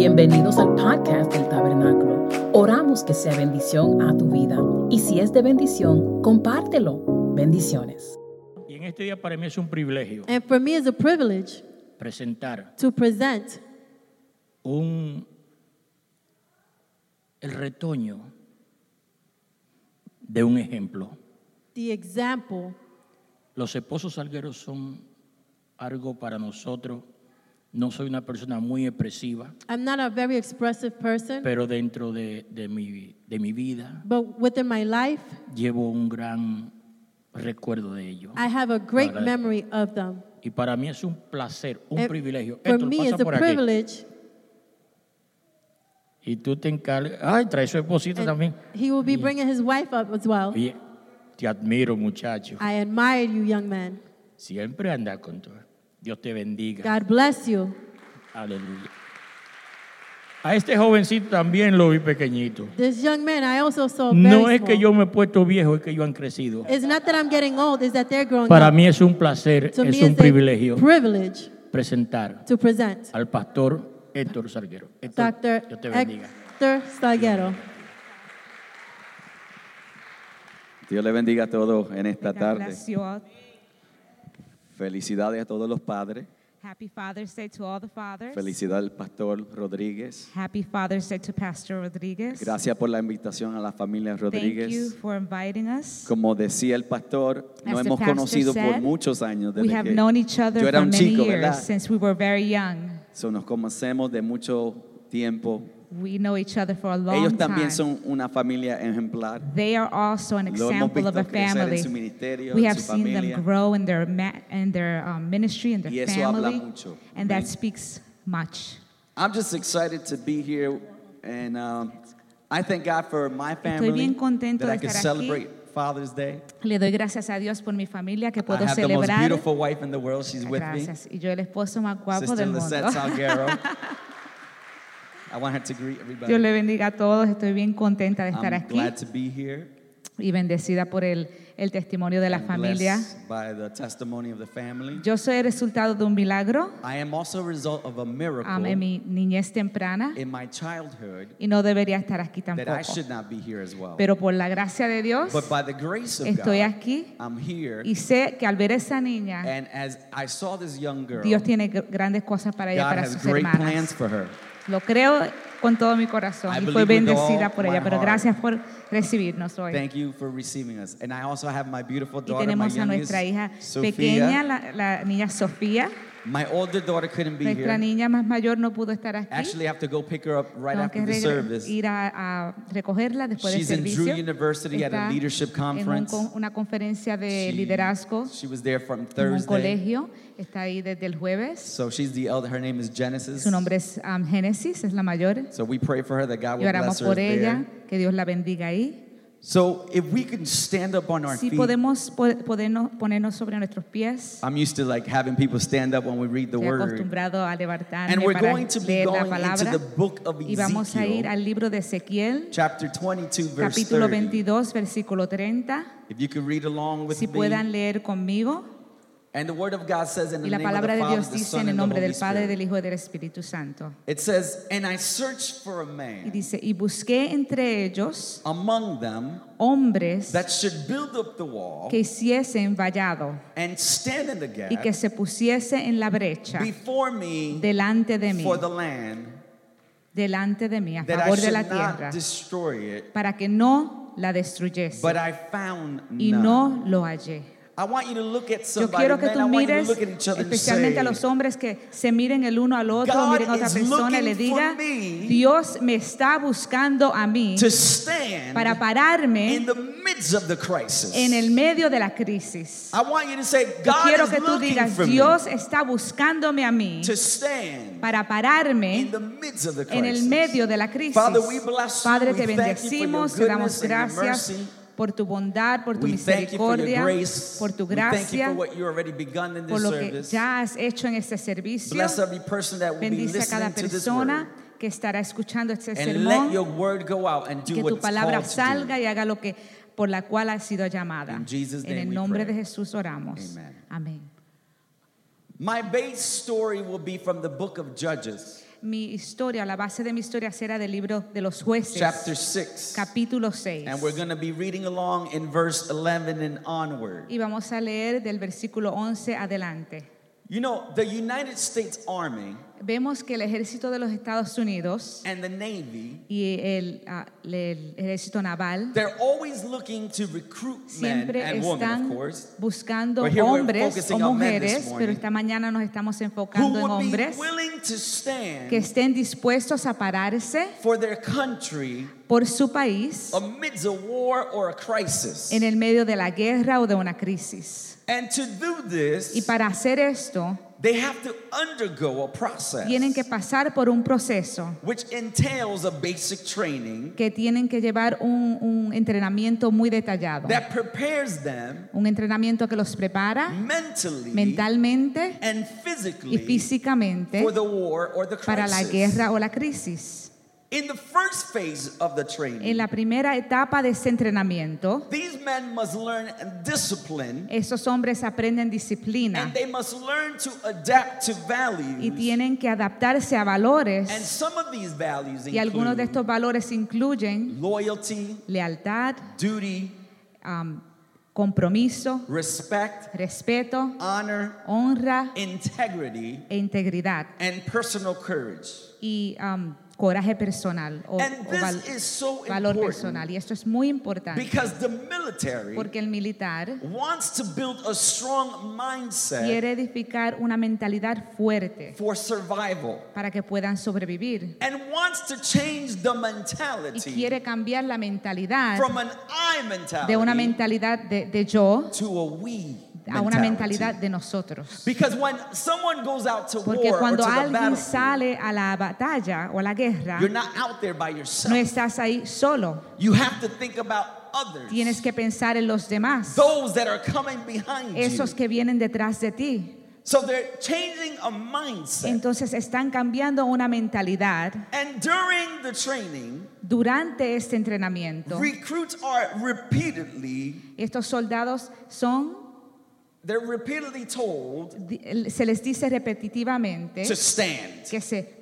Bienvenidos al podcast del Tabernáculo. Oramos que sea bendición a tu vida y si es de bendición, compártelo. Bendiciones. Y en este día para mí es un privilegio And for me, it's a privilege presentar to present un el retoño de un ejemplo. the example. Los esposos salgueros son algo para nosotros. No soy una persona muy expresiva, I'm not a very expressive person, pero dentro de, de mi, de mi vida but within my life, llevo un gran recuerdo de ello. I have a great Agradezco. memory of them. Y para mí es un placer, un And privilegio. For Héctor, me, pasa it's a por aquí. privilege. Y tú te encargas. Ay, trae su esposito and también. He will be bringing his wife up as well. Oye, te admiro, muchacho. I admire you, young man. Siempre anda con todo. Dios te bendiga. God bless you. Aleluya. A este jovencito también lo vi pequeñito. This young man, I also saw very No es que small. yo me he puesto viejo, es que ellos han crecido. It's not that I'm getting old, it's that they're growing Para up. mí es un placer, to es me, un it's a privilegio privilege presentar to present al pastor Héctor Salguero. Héctor, Dr. Dios te bendiga. Hector Salguero. Dios le bendiga a todos en esta God tarde. bless you all. Felicidades a todos los padres. Happy Father's Day to all the fathers. Felicidad al pastor Rodríguez. Happy Father's Day to Pastor Rodriguez. Gracias por la invitación a la familia Thank you Rodríguez. for inviting us. Como decía el pastor, As nos the hemos pastor conocido por said, muchos años. We Desde have que known each other yo era for un many chico, years ¿verdad? since we were very young. So, nos conocemos de mucho tiempo. We know each other for a long Ellos time. también son una familia ejemplar. they are also an Lo hemos example of visto a crecer en family. su ministerio, we en have su seen familia. them grow in their, ma- in their um, ministry and their Y eso habla family, mucho. and Amén. that speaks much. I'm just excited to be here, and um, I thank God for my family bien contento that I de can estar aquí. celebrate Father's Day. Le doy gracias a Dios por mi familia que I puedo have the most celebrar. beautiful wife in the world. She's with me, Gracias. Y yo el esposo más guapo Sister del Lisette mundo. Salguero. I want her to greet everybody. Dios le bendiga a todos. Estoy bien contenta de estar I'm aquí glad to be here. y bendecida por el, el testimonio de la I'm familia. blessed by the testimony of the family. Yo soy el resultado de un milagro I am also a result of a miracle am, en mi niñez temprana in my childhood y no debería estar aquí that I tampoco. should not be here as well. Pero por la gracia de Dios But by the grace of estoy God, aquí I'm here. y sé que al ver esa niña, And as I saw this young girl, Dios tiene gr- grandes cosas para ella, God para has sus great plans hermanas. for her. Lo creo con todo mi corazón I y fue believe with all bendecida por ella. my Pero heart. gracias por recibirnos hoy. Thank you for receiving us. And I also have my beautiful Y daughter, my tenemos a youngest, nuestra hija Sofía. pequeña, la, la niña Sofía. My older daughter couldn't be Nuestra here. niña más mayor no pudo estar aquí. Actually, I have to go pick her up right Tengo que after the regre- service. ir a, a recogerla después She's in del servicio. Drew University at a Está leadership en un conference. con- una conferencia de She- liderazgo She was there from en un Thursday. colegio. Está ahí desde el jueves. So she's the elder. Her name is Genesis. Su nombre es um, Génesis, es la mayor. So we pray for her that God Y will oramos bless her por ella, there. que Dios la bendiga ahí. So if we can stand up on our Si feet, podemos po- podernos- ponernos sobre nuestros pies, I'm used to like having people stand up when we read the estoy word. acostumbrado a And levantarme we're para going to be leer la going into palabra. the book of Y vamos a ir Ezekiel, al libro de Ezequiel, chapter 22, verse capítulo 30. 22, versículo 30. If you could read along with Si me. puedan leer conmigo. And the word of God says in Y the name la of palabra the de Father, Dios the dice Son, en el and the nombre Holy del Padre, Spirit. del Hijo y del Espíritu Santo. It says, and I searched for a man Y dice, y busqué entre ellos among them hombres that should build up the wall que hiciesen vallado and stand in the gap y que se pusiese en la brecha before me delante de mí, for the land delante de mí, a that I favor de should la not tierra, destroy it, para que no la destruyese. but I found Y none. no lo hallé. I want you to look at Yo somebody, quiero que men, tú I want you to mires look at each other and especialmente a say, los hombres que se miren el uno al otro, God miren a otra is persona y le looking for diga, me Dios me está buscando a mí to stand para in pararme the midst of the crisis. en el medio de la crisis. I want you to say, Yo God quiero is que tú looking digas, for Dios está buscándome a mí me to stand para in pararme the midst of the en el crisis. medio de la crisis. Father, we bless you. Padre, We thank you for your te bendecimos, te goodness damos and your gracias mercy. por tu bondad, por tu We thank you for your misericordia, grace. por tu We thank you for gracia, what you already begun in por this lo que service. ya has hecho en este servicio. Bless every person that will be Bendice a cada listening to this word. persona que estará escuchando este And let your sermón, word go out and do que what tu it's palabra called to salga do. y haga lo que por la cual ha sido llamada. In Jesus' En name el we nombre de pray. Jesús oramos. Amen. Amén. My base story will be from the book of Judges. mi historia, la base de mi historia será del libro de los jueces, chapter 6. capítulo 6. And we're going to be reading along in verse 11 and onward. Y vamos a leer del versículo 11 adelante. You know, the United States Army Vemos que el ejército de los Estados Unidos and the Navy, y el, ah, el ejército naval they're always looking to recruit men siempre and women, están of course, buscando But here we're hombres o focusing on men this mujeres, morning. pero esta mañana nos estamos who enfocando en would be hombres willing to stand que estén dispuestos a pararse for their country por su país amidst a war or a crisis. en el medio de la guerra o de una crisis. And to do Y this, para hacer esto, they have to undergo a process tienen que pasar por un proceso which entails a basic training que tienen que llevar un, un entrenamiento muy detallado. that prepares them Un entrenamiento que los prepara mentally mentalmente and y physically físicamente for the war or the para crisis. la guerra o la crisis. In the first phase of the En training, la primera etapa de ese entrenamiento, these men must learn discipline esos hombres aprenden and disciplina they must learn to adapt to y values. tienen que adaptarse a And valores some of these values y algunos include de estos valores incluyen loyalty, lealtad, duty, um, compromiso, respect, respeto, honor, honra integrity, e integridad and personal courage. y um, coraje personal o, And o this val- is so valor important personal. Y esto es muy importante Because the military porque el militar wants to build a strong mindset quiere edificar una mentalidad fuerte for survival para que puedan sobrevivir and wants to change the y mentality quiere cambiar la mentalidad from an I de una mentality mentalidad de, de yo to a we a una mentalidad mentality. de nosotros. Because when someone goes out to Porque war or to cuando the alguien battle, sale a la batalla o a la guerra, you're not out there by no yourself. estás ahí solo. You have to think about others, Tienes que pensar en los demás, those that are coming behind you. esos que vienen detrás de ti. So they're changing a mindset. Entonces están cambiando una mentalidad And during the training, durante este entrenamiento. recruits are repeatedly Estos soldados son, they're repeatedly told di- se les dice repetitivamente to stand. que se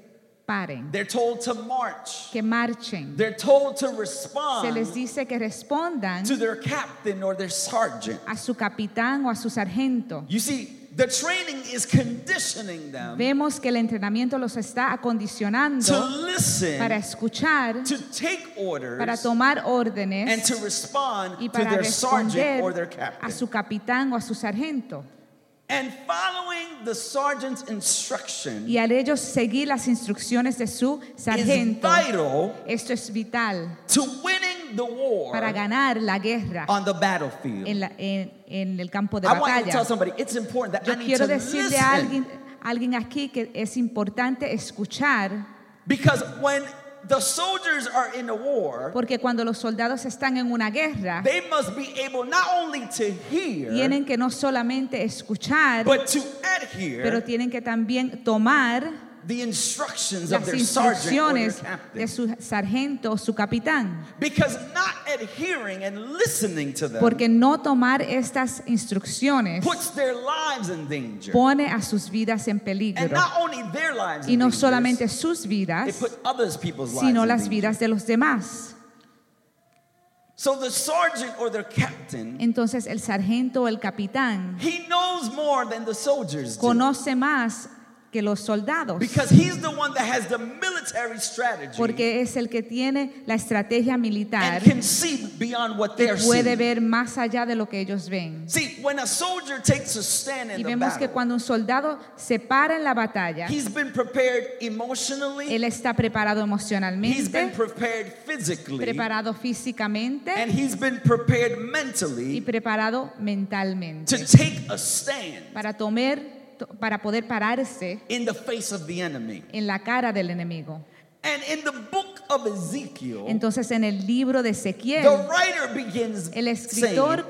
paren, They're told to march. que marchen. They're told to Se les respond dice que respondan to their captain or their sergeant. a su capitán o a su sargento. You see, the training is conditioning them Vemos que el entrenamiento los está to acondicionando para listen, escuchar, to take para orders, tomar and to órdenes respond y to para their sergeant or their responder a captain. su capitán o a su sargento. And following the sergeant's instruction Y al ellos seguir las instrucciones de su is sargento, vital esto es vital to winning the war para ganar la guerra on the battlefield. en, la- en- en el campo de I want you to tell batalla. somebody it's important that I Yo need quiero to decirle listen. a alguien, a alguien aquí que es importante escuchar, because when the soldiers are in a war, porque cuando los soldados están en una guerra, they must be able not only to hear tienen que no solamente escuchar, but to adhere pero tienen que también tomar the instructions of las their sergeant or their instrucciones de captain. su sargento o su capitán. Because not adhering and listening to them Porque no tomar estas instrucciones puts their lives in danger, pone a sus vidas en peligro. and not only their lives Y in no danger, solamente sus it vidas, put others people's sino lives las in danger. vidas de los demás. So the sergeant or their captain, Entonces el sargento o el capitán he knows more than the soldiers do. conoce más que los soldados Because he's the one that has the military strategy porque es el que tiene la estrategia militar and can see beyond what y they're puede seeing. ver más allá de lo que ellos ven. See, when a soldier takes a stand in Y the vemos que battle, cuando un soldado se para en la batalla, he's been prepared emotionally, él está preparado he's been emocionalmente, prepared physically, preparado físicamente and he's been prepared y mentally preparado mentalmente to take a stand para tomar to- para poder pararse in the face of the enemy. en la cara del enemigo. And in the book of Ezekiel, Entonces en el libro de Ezequiel the writer begins El saying escritor in verse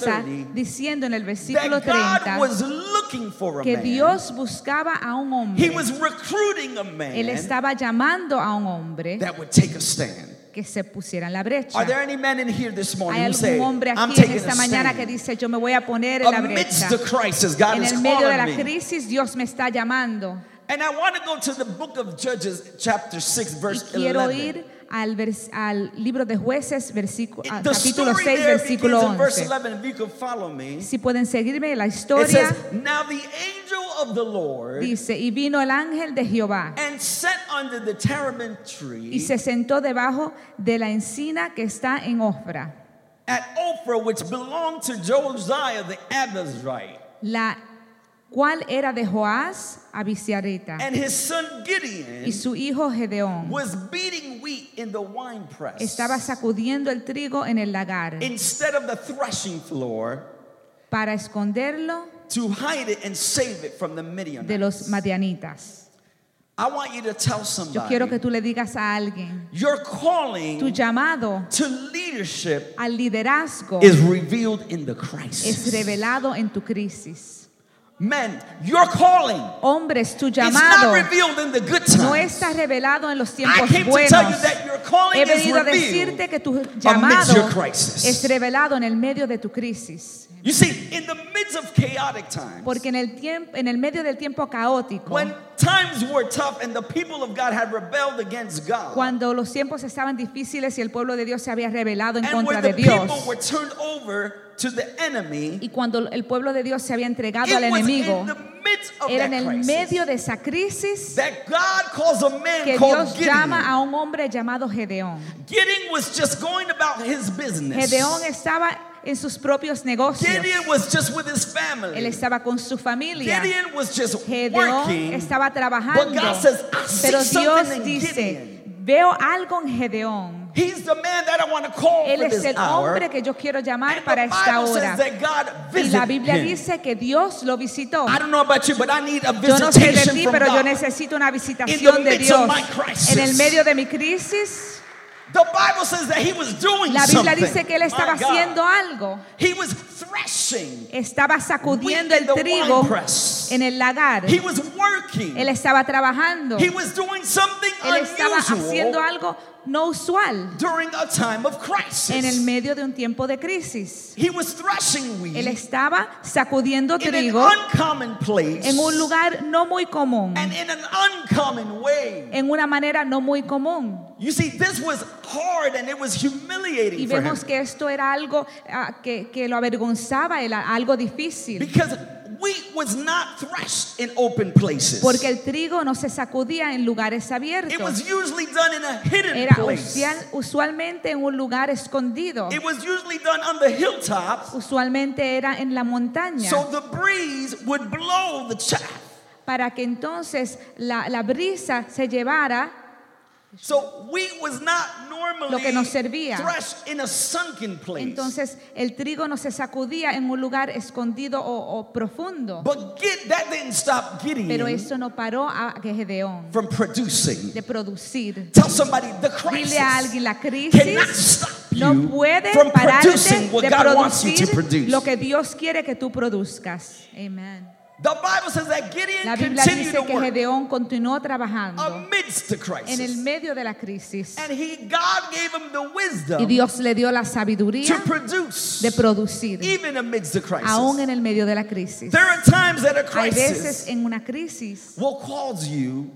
comienza 30 diciendo en el versículo that God 30 was looking for a que man. Dios buscaba a un He hombre. was recruiting a Él man estaba llamando a un hombre that would take a stand. que se pusiera en la Are there brecha. any men in here this morning Hay who say, algún hombre I'm aquí en taking a esta mañana que stand? dice, yo me voy a poner en la Amidst brecha. the crisis, God En is el medio de calling la me. crisis, Dios me está llamando. And I want to go to the book of Judges, chapter 6, Y verse quiero 11. ir al, vers- al libro de jueces, versículo, It- the capítulo story 6, there versículo begins in verse 11. 11, if you could follow me. Si pueden seguirme, la It historia says, Now the angel of the Lord dice, y vino el ángel de Jehová and sat under the terebinth y tree se sentó debajo de la encina que está en Ofra, at Ophrah, which belonged to Josiah the Abizrite, la cual era de Joás Abisiarita and his son y Gideon su hijo Gedeón. was beating wheat in the winepress Estaba sacudiendo el trigo en el lagar instead of the threshing floor para esconderlo to hide it and save it from the de Midianites. los madianitas. I want you to tell Yo quiero somebody que tú le digas a alguien, your tu calling llamado to leadership al liderazgo is revealed in the es crisis. revelado en tu crisis. Men, your calling Hombres, tu is not llamado revealed in the good no times. está revelado en los I tiempos came to tell you buenos. that your calling He is venido a revealed. decirte que tu llamado your crisis. es revelado en el medio de tu crisis. You see, in the midst of chaotic times, Porque en el, tiempo, en el medio del tiempo caótico, when times were tough and the people of God had rebelled against God, cuando los tiempos estaban difíciles y el pueblo de Dios se había revelado en and contra where the de people Dios, were turned over to the enemy, y cuando el pueblo de Dios se había entregado al it was enemigo, in the midst of era that en el crisis medio de esa crisis that God calls a man que called Dios Gideon. llama a un hombre llamado Gedeón. Gideon was just going about his business. Gedeón estaba en sus propios negocios. Gideon was just with his Él family. estaba con su familia. Gideon was just Gedeón working. estaba But trabajando. God says, I see Pero something Dios in dice, Gideon. veo algo en Gedeón. He's the man that I want to call Él for es this el hour. hombre que yo quiero llamar And para the esta Bible hora. says that God Y la visited Biblia him. dice que Dios lo visitó. I don't know about you, but I need a Yo no sé de visitation ti, from pero yo God. necesito una visitación de midst of Dios. my crisis. En el medio de mi crisis, The Bible says that he was doing La Biblia something. dice que él estaba My God. haciendo algo. He was threshing. Estaba sacudiendo Wheat in el the trigo winepress. en el lagar. He was working. Él estaba trabajando. He Él was doing something estaba haciendo unusual algo no usual during a time of crisis. en el medio de un tiempo de crisis. he was threshing wheat Él estaba sacudiendo Mm-hmm. in an trigo uncommon place en un lugar no muy común, and in an uncommon way. en una manera no muy común. You see, this was hard and it was humiliating Y for him. vemos que esto era algo ah, que, que lo avergonzaba, era algo difícil, Because wheat was not threshed in open places. porque el trigo no se sacudía en lugares it abiertos. was usually done in a hidden era place. usual- usualmente en un lugar escondido. It was usually done on the hilltops Usualmente era en la montaña so the breeze would blow the chaff. para que entonces la, la brisa se llevara. So wheat was not normally Lo que nos servía. threshed in a sunken place. Entonces el trigo no se sacudía en un lugar escondido o, o profundo. but get, that didn't stop Gideon Pero eso no paró a Gedeón from producing. de producir. Tell somebody the crisis Dile a alguien la cannot crisis. stop you No puede from pararte producing what de God wants you to producir produce. lo que Dios quiere que tú produzcas. Amén. the Bible says that Gideon La Biblia continued to dice que work Gedeón continuó trabajando amidst the crisis. en el medio de la crisis and he, God gave him the y wisdom Dios le dio la to sabiduría produce de producir even amidst the crisis. aún en el medio de la crisis. there are times that a Hay veces crisis en una crisis will cause you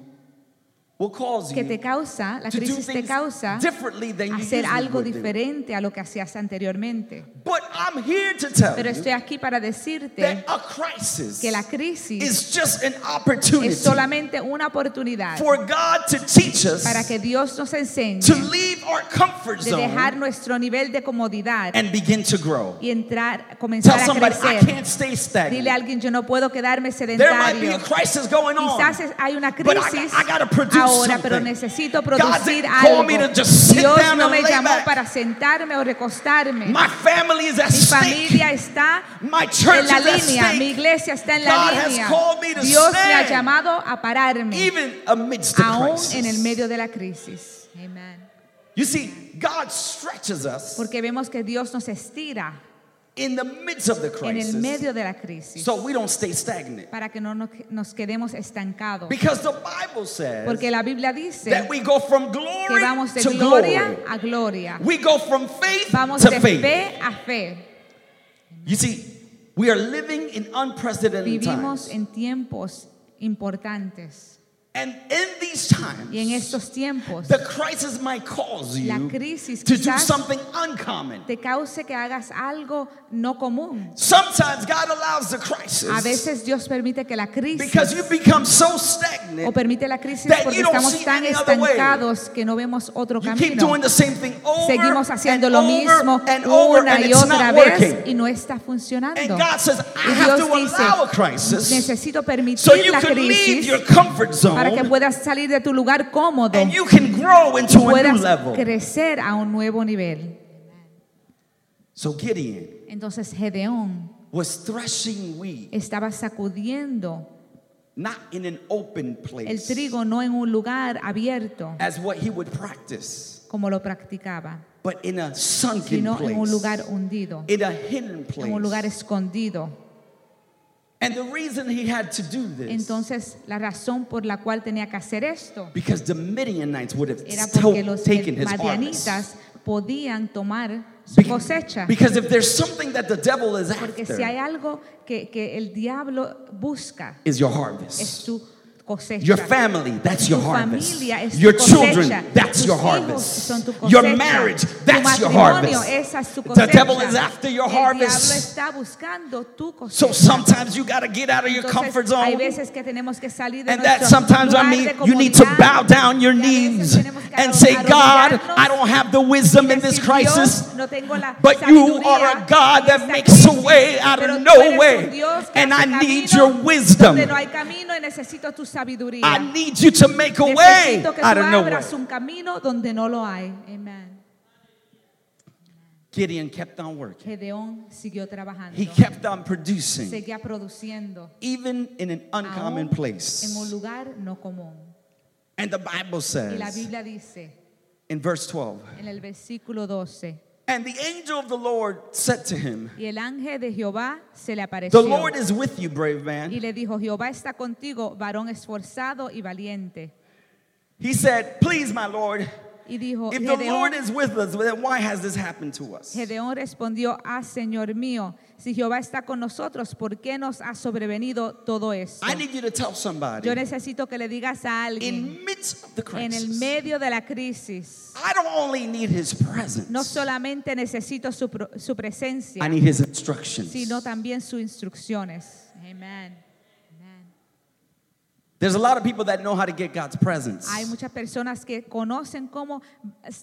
will cause que you te causa, la to do crisis te things causa differently than you hacer usually algo would do. diferente a lo que hacías anteriormente. But I'm here to tell Pero you estoy aquí para that decirte a crisis que la crisis is just an es opportunity solamente una oportunidad for God to teach us para que Dios nos enseñe to leave our comfort de dejar zone nuestro nivel de comodidad and begin to grow. y entrar, Tell comenzar a somebody I crecer. can't stay Dile a stagnant. alguien, yo no puedo quedarme There might be a sedentario. crisis going on. Quizás es- hay una But I- crisis I gotta produce ahora, pero something. necesito God producir didn't call algo. me to just sit Dios down no and me lay llamó back. para sentarme o recostarme. My family is at Mi stake. familia está My church en is la at línea, mi stake. iglesia está en la God has línea. called me to Dios me ha stand llamado a pararme, Even amidst the aún en el crisis. medio de la crisis. Amen. You see, God stretches us Porque vemos que Dios nos estira in the midst of the en el crisis medio de la crisis so we don't stay stagnant. para que no nos, nos quedemos estancados. Because the Bible says Porque la Biblia dice that we go from que glory vamos de to gloria glory. a gloria. We go from faith Vamos to de faith. fe a fe. You see, we are living in unprecedented Vivimos times. en tiempos importantes. And in these times, Y en estos tiempos, the crisis might cause la you crisis to do quizás something uncommon. te cause que hagas algo no común. Sometimes God allows the A crisis veces Dios permite que la crisis because you become so o stagnant. permite la crisis that porque you don't estamos see tan any other way. estancados que no vemos otro You keep doing camino. the same thing over Seguimos haciendo and lo mismo over and over una and y it's otra not vez working. y no está funcionando. And God says, I Y have to Dios dice, allow a crisis Necesito so permitir you la can leave crisis your comfort para que zone puedas salir de tu lugar cómodo and you can grow y into a new puedas level. crecer a un nuevo nivel. So Gideon Entonces Gedeón was threshing wheat, estaba sacudiendo not in an open el place, trigo no en un lugar abierto as what he would practice, como lo practicaba, but in a sunken sino en un lugar place, hundido, in a hidden en un lugar place. escondido. And the reason he had to do this, Entonces, la razón por la cual tenía que hacer esto because the Midianites would have era still porque los taken his harvest. madianitas podían tomar su Be- cosecha. Because if there's something that the devil is Porque si hay after, algo que, que el diablo busca, is your es harvest. tu cosecha. Your family, that's your tu harvest. familia es Your tu cosecha. children, that's Tus your hijos harvest. son tu Your cosecha. marriage, Tu that's your matrimonio, harvest. esa es tu The cosecha. devil is after your El harvest. diablo está buscando tu cosecha. So sometimes you got to get out of your Entonces, comfort Hay zone. veces que tenemos que salir de And that nuestro sometimes I lugar de mean you need to comodidad. bow down your Y a veces knees tenemos que and say, God, arrodillarnos I don't have the wisdom in this decir, crisis. "Dios, no tengo la But you sabiduría are a God en that esta makes a crisis, way out pero of tú no eres un way. Dios que And I hace need caminos your wisdom. Donde no hay camino y necesito tu sabiduría. I need you to make a way necesito que out tú of no way. abras un camino donde no lo hay. Amen. Gideon kept on working. Gedeón siguió trabajando. He kept on producing, Seguía produciendo. even in an uncommon aún En un place. lugar no común. And the Bible Y la says Biblia dice in verse 12 en el versículo 12. And the angel of the Lord said to him, Y el ángel de Jehová se le The apareció. Lord is with you, brave y man. le dijo, Jehová está contigo, varón esforzado y valiente. He said, Please, my Lord, Y dijo, if the Gedeón, Lord is with us, then why has this happened to us? Gedeón respondió, ah, Señor mío, si Jehová está con nosotros, ¿por qué nos ha sobrevenido todo esto? I need you to tell Yo somebody necesito que le digas a alguien in midst of the en el crisis, medio de la crisis, I don't only need his no presence, solamente necesito su, pro- su presencia, I need his instructions. sino también sus instrucciones. Amen. Amen. There's a lot of people that know how to get God's presence, Hay muchas personas que conocen cómo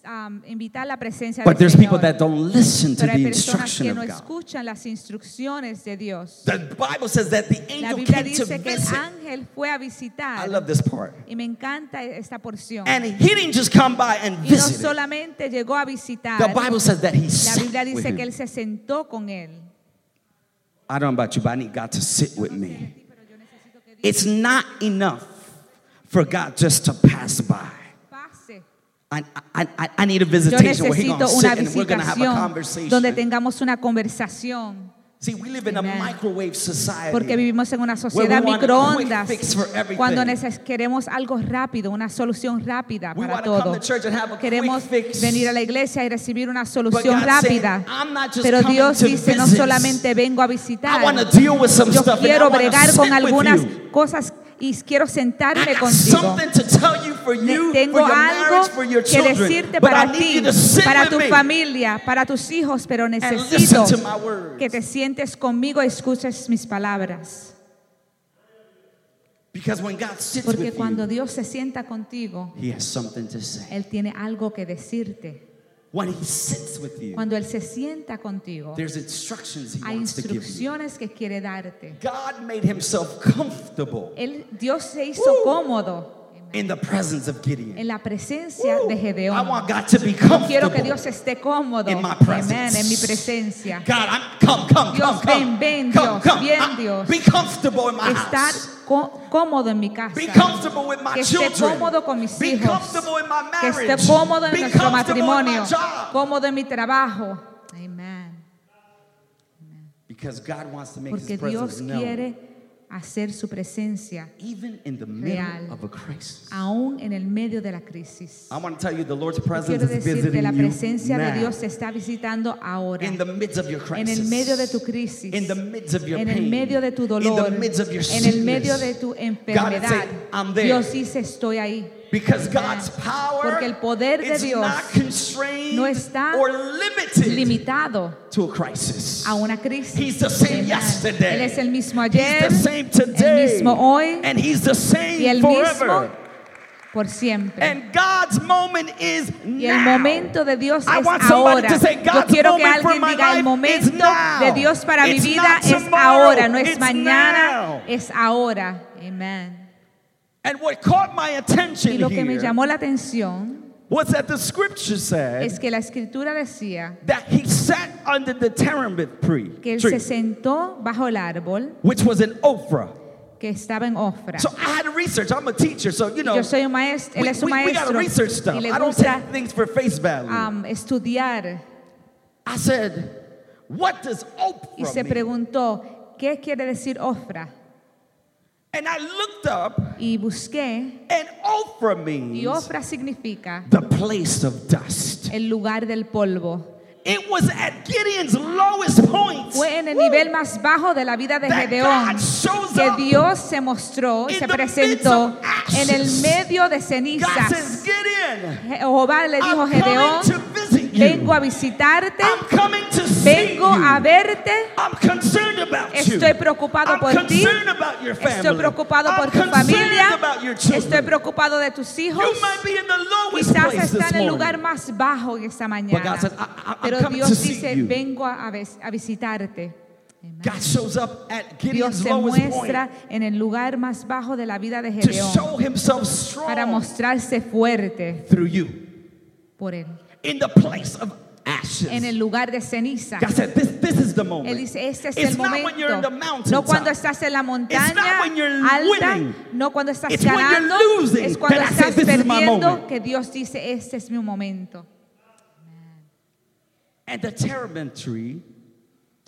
um, invitar la presencia but del there's people Señor. that don't listen to Pero hay the personas que instruction no of God. escuchan las instrucciones de Dios. The Bible says that the La angel Biblia came to dice que el visit. ángel fue a I visitar. love this part. Y me encanta esta porción. And he didn't just come by and y no visit. it. solamente llegó a visitar. The Bible says that he La Biblia sat with dice que him. él se sentó con él. I don't know about you, but I need God to sit with me. It's not enough for God just to pass by. Pase. I, I, I, I need a Yo visitation where he's going to sit and necesito una we're going to have a visitación donde conversation. tengamos una conversación. See, we live in a Amen. microwave Porque society. vivimos en una sociedad want a microondas. quick fix for everything. Cuando neces- queremos algo rápido, una solución rápida We para wanna come todo. to church and have a quick Queremos fix. venir a la iglesia y recibir una solución But God said, rápida. "I'm not just Pero coming Dios to dice, no visit. solamente vengo a visitar. I want to deal with some Yo stuff and I quiero want to bregar con sit algunas with you. cosas y quiero I sentarme got contigo. something to tell you for Ne- you, for tengo your marriage, algo for your que children. decirte but I para need ti, you to sit para with tu me. familia, para tus hijos, pero listen necesito to my words. que te sientes conmigo y escuches mis palabras. Because when God sits Porque with cuando you, Dios se sienta contigo, he has something to say. Él tiene algo que decirte. When he sits with you, Cuando Él se sienta contigo, There's instructions he hay wants to give you. instrucciones que quiere darte. God made himself comfortable Él, Dios se hizo Woo. cómodo in the presence of Gideon. en la presencia de I Gedeón. want God to be Quiero comfortable que Dios esté cómodo in my Amén, presence. en mi presencia. God, I'm, come, come, Dios, come, come. ven, ven, come, Dios, come. bien, I- Dios. Be comfortable in my estar house. có- cómodo en mi casa. Be comfortable with my que esté children. cómodo con mis be hijos. comfortable in my Que marriage. esté cómodo en be nuestro comfortable in my matrimonio. job. Cómodo en mi trabajo. Amen. Because God wants to make Porque his presence Dios known. quiere hacer su presencia even in the middle Real. Ah, of a crisis. aún en el medio de la crisis. I want to tell you, the Lord's Quiero presence is decirte, visiting la you presencia de now. Dios te está visitando ahora. In the midst of your En crisis. el medio de tu crisis. In the midst of your en pain. el medio de tu dolor. In the midst of your en el medio de sickness. tu God enfermedad. said, I'm there. Dios dice, estoy ahí. Because God's power Porque el poder de is Dios not constrained no está or limited Limitado to a crisis. a una crisis. He's the same Amen. yesterday. Él es el mismo He's ayer. the same today. El mismo hoy. And he's the y same el forever. mismo por siempre. And God's moment is y el now. momento de Dios I es want somebody ahora. to say, Yo God's quiero que moment for alguien my diga, life is el momento now. de Dios para mi It's vida not es tomorrow, ahora, no es it's mañana, now. es ahora. Amén. And what caught my Y attention lo que me here llamó la atención was that the scripture said es que la escritura decía that he sat under the terebinth tree, que él tree, se sentó bajo el árbol which was an ophrah. que estaba en Ofra. So I had to research. I'm a teacher, so you know, Yo soy un maestro, él we, es un we, we gotta maestro research stuff. y le I don't gusta take things for face value. um, estudiar I said, what does y ophrah se mean? preguntó, ¿qué quiere decir Ofra? And I looked up, Y busqué and ophrah Y means ofra significa the place of dust. el lugar del polvo. It was at Gideon's lowest point. Fue en el nivel más bajo de la vida de That Gedeón God shows que up Dios se mostró, in se the presentó midst of en el ashes. medio de God says, cenizas. Gideon, Jehová le dijo a I'm coming to Gedeón, visit you. vengo a visitarte, I'm coming to see vengo you. a verte, I'm concerned about you. estoy preocupado I'm por ti, concerned about your family. estoy preocupado I'm por tu concerned familia, about your children. estoy preocupado de tus hijos. You might be in the lowest Quizás place está this en el morning. lugar más bajo en esta mañana. God said, I- I- I'm Pero coming to Dios see dice, you. vengo a, a vis- a visitarte. God shows up at Dios Gideon's se lowest muestra point en el lugar más bajo de la vida de to Gedeón show himself strong para mostrarse fuerte through you por él. in the place of ashes. En el lugar de ceniza. God said, this, this is the moment. Él dice, este es it's el not when you're in the momento. No mountaintop. cuando estás en la montaña when you're alta, winning. no cuando estás It's when you're ganando, losing es cuando that I say, estás "This is my moment." perdiendo que Dios dice, este es mi momento. and the terebinth tree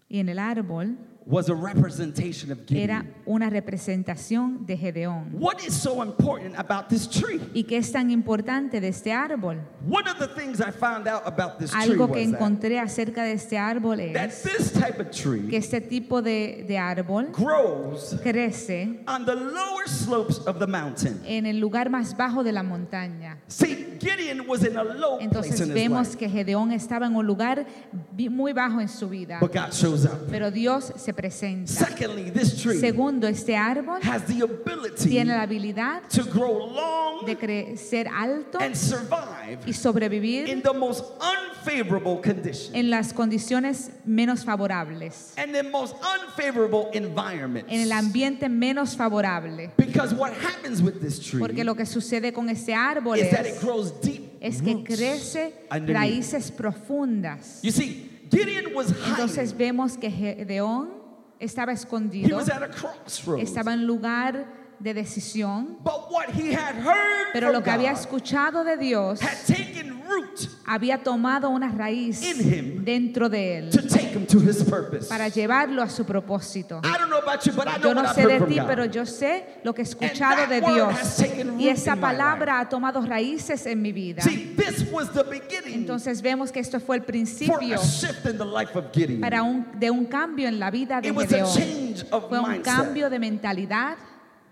Y en el árbol was a representation of Gideon. era una representación de Gedeón. What is so important about this tree? ¿Y qué es tan importante de este árbol? One of the things I found out about this tree Algo que was that, encontré acerca de este árbol that es this type of que tree este tipo de, de árbol grows crece on the lower slopes of the mountain. en el lugar más bajo de la montaña. See, Gideon was in a low place Entonces in his vemos life, que Gedeón estaba en un lugar bi- muy bajo en su vida, but God shows up. pero Dios se presenta. Secondly, this tree Segundo, este árbol has the ability tiene la habilidad to grow long de crecer alto and survive y in sobrevivir the most unfavorable conditions en las condiciones menos favorables, and the most unfavorable environments. en el ambiente menos favorable. Because what happens with this tree Porque lo que sucede con este árbol is that it es grows deep es que roots crece underneath. raíces profundas. You see, Gideon was hiding. Entonces vemos que Gedeón estaba He escondido, was at a crossroads. estaba en lugar de decisión, But what he had heard pero from lo que había Oh God escuchado de Dios had taken root había tomado una raíz In him. dentro de él to take him to his purpose. para llevarlo a su propósito. I don't know about you, but I know Yo no what I've sé de heard from ti, God. pero yo sé lo que he escuchado that de word Dios. has taken root Y esa in my life. palabra ha tomado raíces en mi vida. See, this was the beginning Entonces vemos que esto fue el for a principio shift in the life of Gideon. para un, de un cambio en la vida de It was a Gedeón. change of Fue un mindset. cambio de mentalidad.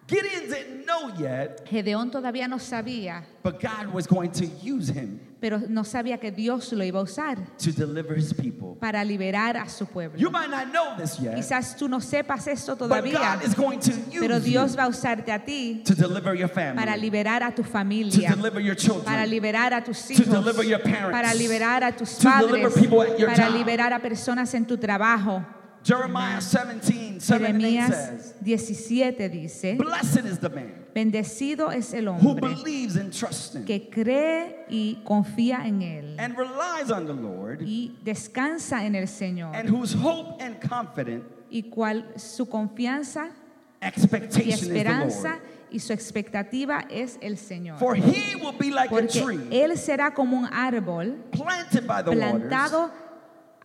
Gideon didn't know yet, Gedeón todavía no sabía, but God was going to use him pero no sabía que Dios lo iba a usar to deliver his people. para liberar a su You pueblo. might not know this yet, Quizás tú no sepas esto but todavía, God is going to use pero Dios you va a usarte a ti to deliver your family, para liberar a tu to familia, deliver your children, para liberar a tus To hijos, deliver your parents. para liberar a tus To deliver padres, people at your para job. liberar a personas en tu trabajo. Jeremiah 17, 7 and 8 says, Jeremías 17 dice, Blessed is the man bendecido es el who hombre believes and trusts in que cree y confía en Él and relies on the Lord y descansa en el and Señor whose hope and confident y cual su confianza y expectation is the esperanza Lord. y su expectativa es el Señor. For he will be like a Porque tree Él será como un árbol planted by the waters plantado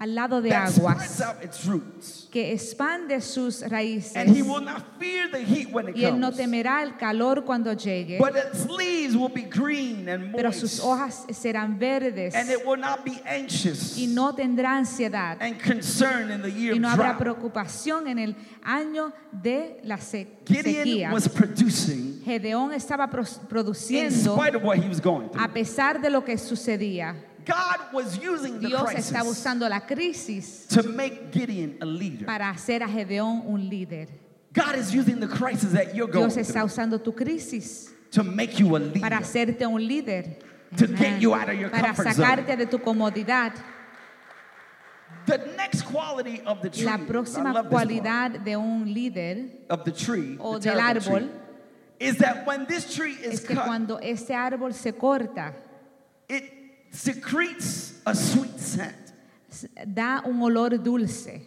al lado de that spreads aguas out its roots. que expande sus And he raíces will not fear the heat when it y él no comes. temerá el calor cuando llegue, But its leaves will be green and pero sus moist. hojas serán verdes And it will not be anxious y no tendrá ansiedad and concern in the year y no of habrá drought. preocupación en el año de la se- Gideon sequía. was producing Gedeón estaba pro- in produciendo spite of what he was going through. a pesar de lo que sucedía. God was using the Dios estaba crisis usando la crisis to make Gideon a leader. para hacer a Gedeón un líder. God is using the crisis that you're going Dios está through usando tu crisis to make you a leader. para hacerte un líder. To Amen. get you out of your para comfort sacarte de tu comodidad. The next quality of the tree, La I próxima love this one, cualidad de un líder of the tree, o the del terrible tree, árbol is that when this tree is es que cut, cuando ese árbol se corta, it secretes a sweet scent. s- da un olor dulce,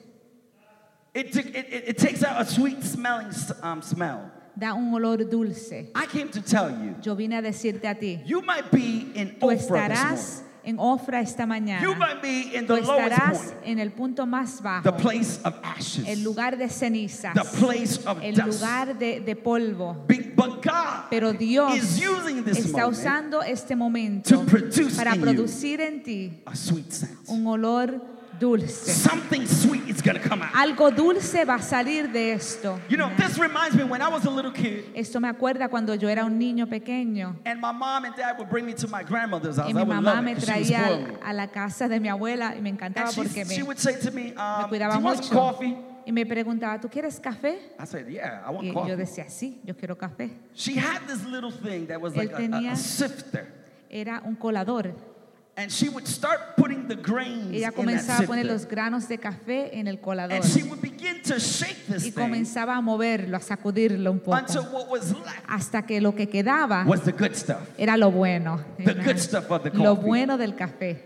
It, t- it, it, it takes out a sweet smelling s- um, smell. da un olor dulce. I came to tell you, Yo vine a decirte a ti, you might be in tú Oprah this estarás en Ofra esta morning. You mañana. might be in Tú the lowest estarás point, en el punto más the bajo, place of ashes, el lugar de cenizas, the place of el dust. lugar de, de polvo. Be- But God Pero Dios is using this está moment usando este momento to produce para in you producir en ti a sweet scent. un olor dulce. Something sweet is going to come out. Algo dulce va a salir de esto. You know, Amen. this reminds me when I was a little kid Esto me acuerda cuando yo era un niño pequeño and my mom and dad would bring me to my grandmother's house. y I mi would mamá love it me 'cause she was traía spoiled. al- a la casa de mi abuela y me encantaba And porque she, me, she would say to me, um, me Do you cuidaba want some mucho. coffee? Y me preguntaba, ¿tú quieres café? I said, Yeah, I Y want yo coffee. decía, sí, yo quiero café. She had this little thing that was Él like a, a- a tenía- sifter. Era un colador. Mm. And she would start putting the grains Ella in that comenzaba a poner los sifter. granos de café en el colador And she would begin to shake this y thing comenzaba a moverlo, a Ah. sacudirlo un poco, until what was left hasta que lo que quedaba was the good stuff. era lo bueno. The good stuff of the Lo coffee. bueno del café.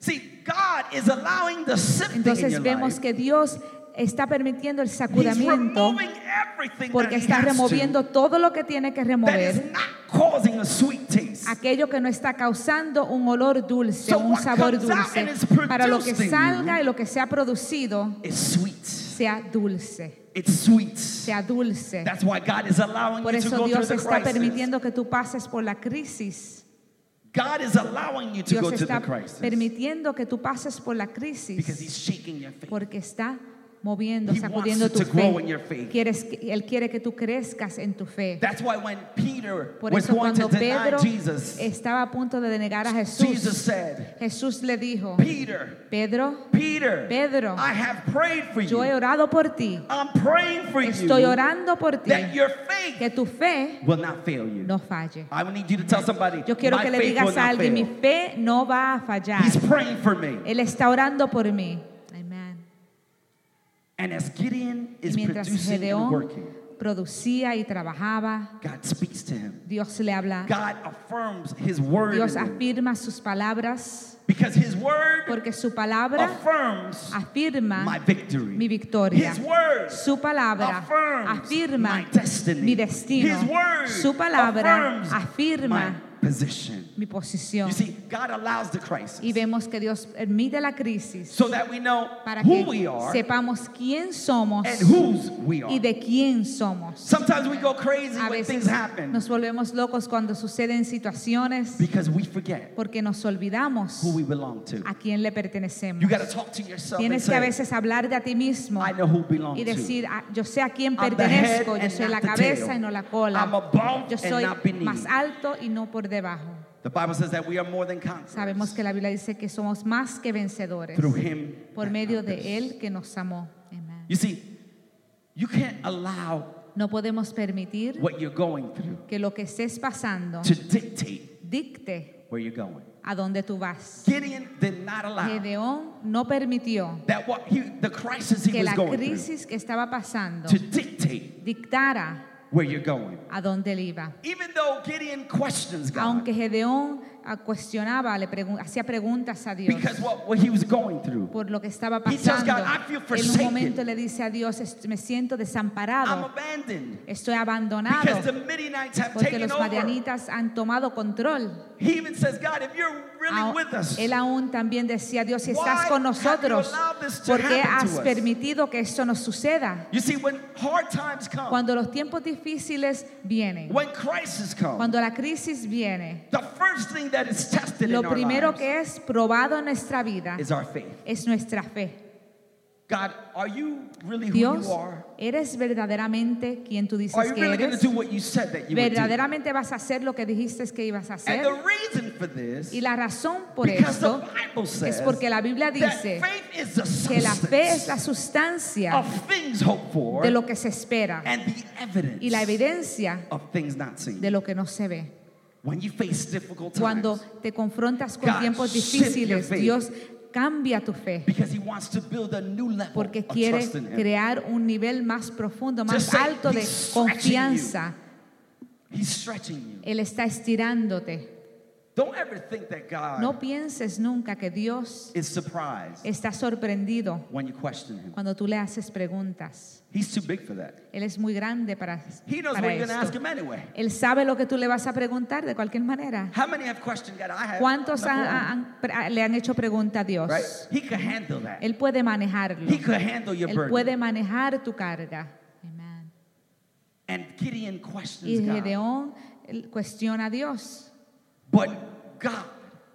See, God is allowing the sifting in your Entonces vemos life. que Dios está permitiendo el He's sacudimiento removing everything porque that he está has to removiendo todo lo que tiene que that is remover, not causing a sweet taste. aquello que no está causando un olor dulce, So un what sabor comes out and dulce, is para lo que producing salga you- y lo que sea producido It's sweet. sea dulce, It's sweet. sea dulce. That's why God is allowing Por you to go eso through Dios the está crisis. permitiendo que tú pases por la crisis. God is allowing you to go Dios through the está crisis permitiendo que tú pases por la because crisis He's shaking your faith. porque está moviendo, He sacudiendo wants tu you to grow in your fe. faith. Quieres que- él quiere que tú crezcas en tu fe. That's why when Peter Por was eso going to cuando deny Pedro Jesus, estaba a punto de denegar a Jesus Jesús, said, Jesús le dijo, Peter, Pedro, Peter, Pedro, I have prayed for yo he you. orado por ti, I'm praying for estoy you orando por ti, that your faith que tu fe will not fail you. no falle. I need you to tell somebody. Yo quiero my que le faith will digas a not alguien, mi fail. fe no va a fallar. He's praying for me. Él está orando por mí. Amen. And as Gideon Y is mientras producing and Gedeón working, producía y trabajaba, God speaks to him. Dios le habla. God affirms his word Dios in him. afirma sus palabras because his word porque su palabra affirms my afirma victory. mi victoria. His word Su palabra affirms afirma my destiny. mi His destino. word Su palabra affirms afirma my position. mi posición. You see, God allows the crisis Y vemos que Dios permite la crisis so that we know para who we que are sepamos quién somos and whose we are. y de quién somos. Sometimes we go crazy A when veces things happen nos volvemos locos cuando suceden situaciones because we forget porque nos olvidamos who we belong to. a quién le pertenecemos. You got to talk to yourself and Tienes que a say, veces hablar de a ti mismo I know who belongs y to. decir, "Ah, yo sé a quién I'm the head pertenezco, yo and soy not la the cabeza tail. y no la cola, I'm above yo and soy not beneath. más alto y no por debajo. The Bible says that we are more than conquerors Sabemos que la Biblia dice que somos más que vencedores through Him. por that medio loved us. de Él que nos amó. Amen. You see, you can't allow No podemos permitir what you're going through que lo que estés pasando to dictate dicte where you're going. a dónde tú vas. Gideon did not allow Gedeón no permitió that what he, the crisis he que was la going crisis que estaba pasando through to dictate dictara where you're going. a dónde él iba. Even though Gideon questions God, Aunque Gedeón ah, cuestionaba, le pregun- hacía preguntas a Dios because what, what he was going through. por lo que estaba He tells God, pasando. "I feel En un forsaken." momento le dice a Dios, "Est- me siento I'm desamparado, abandoned estoy because the abandonado, Midianites have porque taken los over. madianitas han tomado control. He even says, God, if you're really Ao- with us, Él aún también decía, Dios, si Why estás con have you nosotros, allowed this to ¿por qué happen to has us? permitido que esto nos suceda? you see, when hard times come, Cuando los tiempos difíciles vienen, when crises come, cuando la crisis viene, the first thing that is tested lo in our primero lives que es probado en nuestra vida is our faith. es nuestra fe. God, are you really who Dios, you are? eres verdaderamente quien tú Are dices you que really going to eres. do what you said that you would do? Verdaderamente vas a hacer lo que dijiste que ibas a And hacer. the reason for this Y la razón por because the esto Bible says es porque la that Biblia dice faith is the que la fe es la substance sustancia of things hoped for de lo que se espera and the evidence y la evidencia of things not seen. de lo que no se ve. when you face difficult times, Cuando te confrontas con God, tiempos shift your difíciles, faith. Dios cambia tu fe because he wants to build a new level porque of quiere trust in him. crear un nivel más profundo, Just más say, alto de "He's stretching confianza. He's stretching you. Él está estirándote. Don't ever think that God No pienses nunca que Dios is surprised está sorprendido when you question him. cuando tú le haces preguntas. He's too big for that. Él es muy grande para, He knows para what you're going to ask esto. him anyway. Él sabe lo que tú le vas a preguntar de cualquier manera. How many have questioned God? I have. ¿Cuántos Number han- one. han- pre- le han hecho pregunta a Dios? Right? He could handle that. Él puede manejarlo. He could handle your Él burden. puede manejar tu carga. Amen. And Gideon questions Y God. Gedeón él cuestiona a Dios, But God